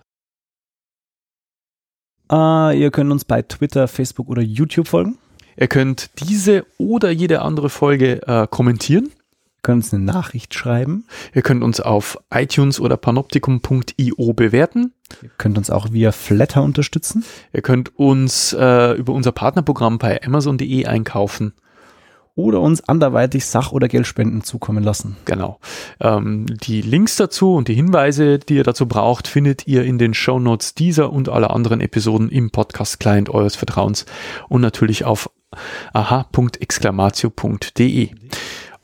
B: Äh, ihr könnt uns bei Twitter, Facebook oder YouTube folgen.
A: Ihr könnt diese oder jede andere Folge äh, kommentieren.
B: Ihr könnt uns eine Nachricht schreiben.
A: Ihr könnt uns auf iTunes oder panoptikum.io bewerten.
B: Ihr könnt uns auch via Flatter unterstützen.
A: Ihr könnt uns äh, über unser Partnerprogramm bei Amazon.de einkaufen.
B: Oder uns anderweitig Sach- oder Geldspenden zukommen lassen.
A: Genau. Ähm, die Links dazu und die Hinweise, die ihr dazu braucht, findet ihr in den Shownotes dieser und aller anderen Episoden im Podcast-Client eures Vertrauens und natürlich auf aha.exclamatio.de.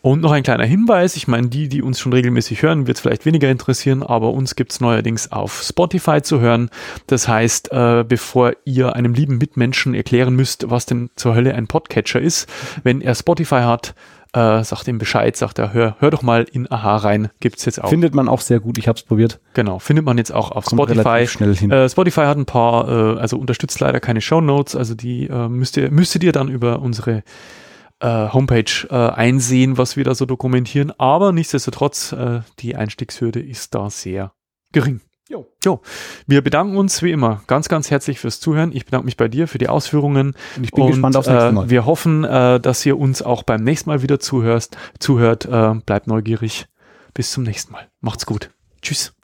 A: Und noch ein kleiner Hinweis, ich meine, die, die uns schon regelmäßig hören, wird es vielleicht weniger interessieren, aber uns gibt es neuerdings auf Spotify zu hören. Das heißt, äh, bevor ihr einem lieben Mitmenschen erklären müsst, was denn zur Hölle ein Podcatcher ist, wenn er Spotify hat, äh, sagt ihm Bescheid, sagt er, hör, hör doch mal in Aha rein, gibt es jetzt auch.
B: Findet man auch sehr gut. Ich habe es probiert.
A: genau, findet man jetzt auch auf
B: Kommt
A: Spotify.
B: relativ schnell hin.
A: Äh, Spotify hat ein paar, äh, also unterstützt leider keine Shownotes, also die äh, müsst ihr, müsstet ihr dann über unsere äh, Homepage äh, einsehen, was wir da so dokumentieren. Aber nichtsdestotrotz, äh, die Einstiegshürde ist da sehr gering.
B: Jo.
A: jo. Wir bedanken uns wie immer ganz, ganz herzlich fürs Zuhören. Ich bedanke mich bei dir für die Ausführungen.
B: und ich bin
A: Und,
B: gespannt aufs nächste
A: äh,
B: Mal.
A: Wir hoffen, äh, dass ihr uns auch beim nächsten Mal wieder zuhörst, zuhört. Äh, bleibt neugierig. Bis zum nächsten Mal. Macht's gut. Tschüss.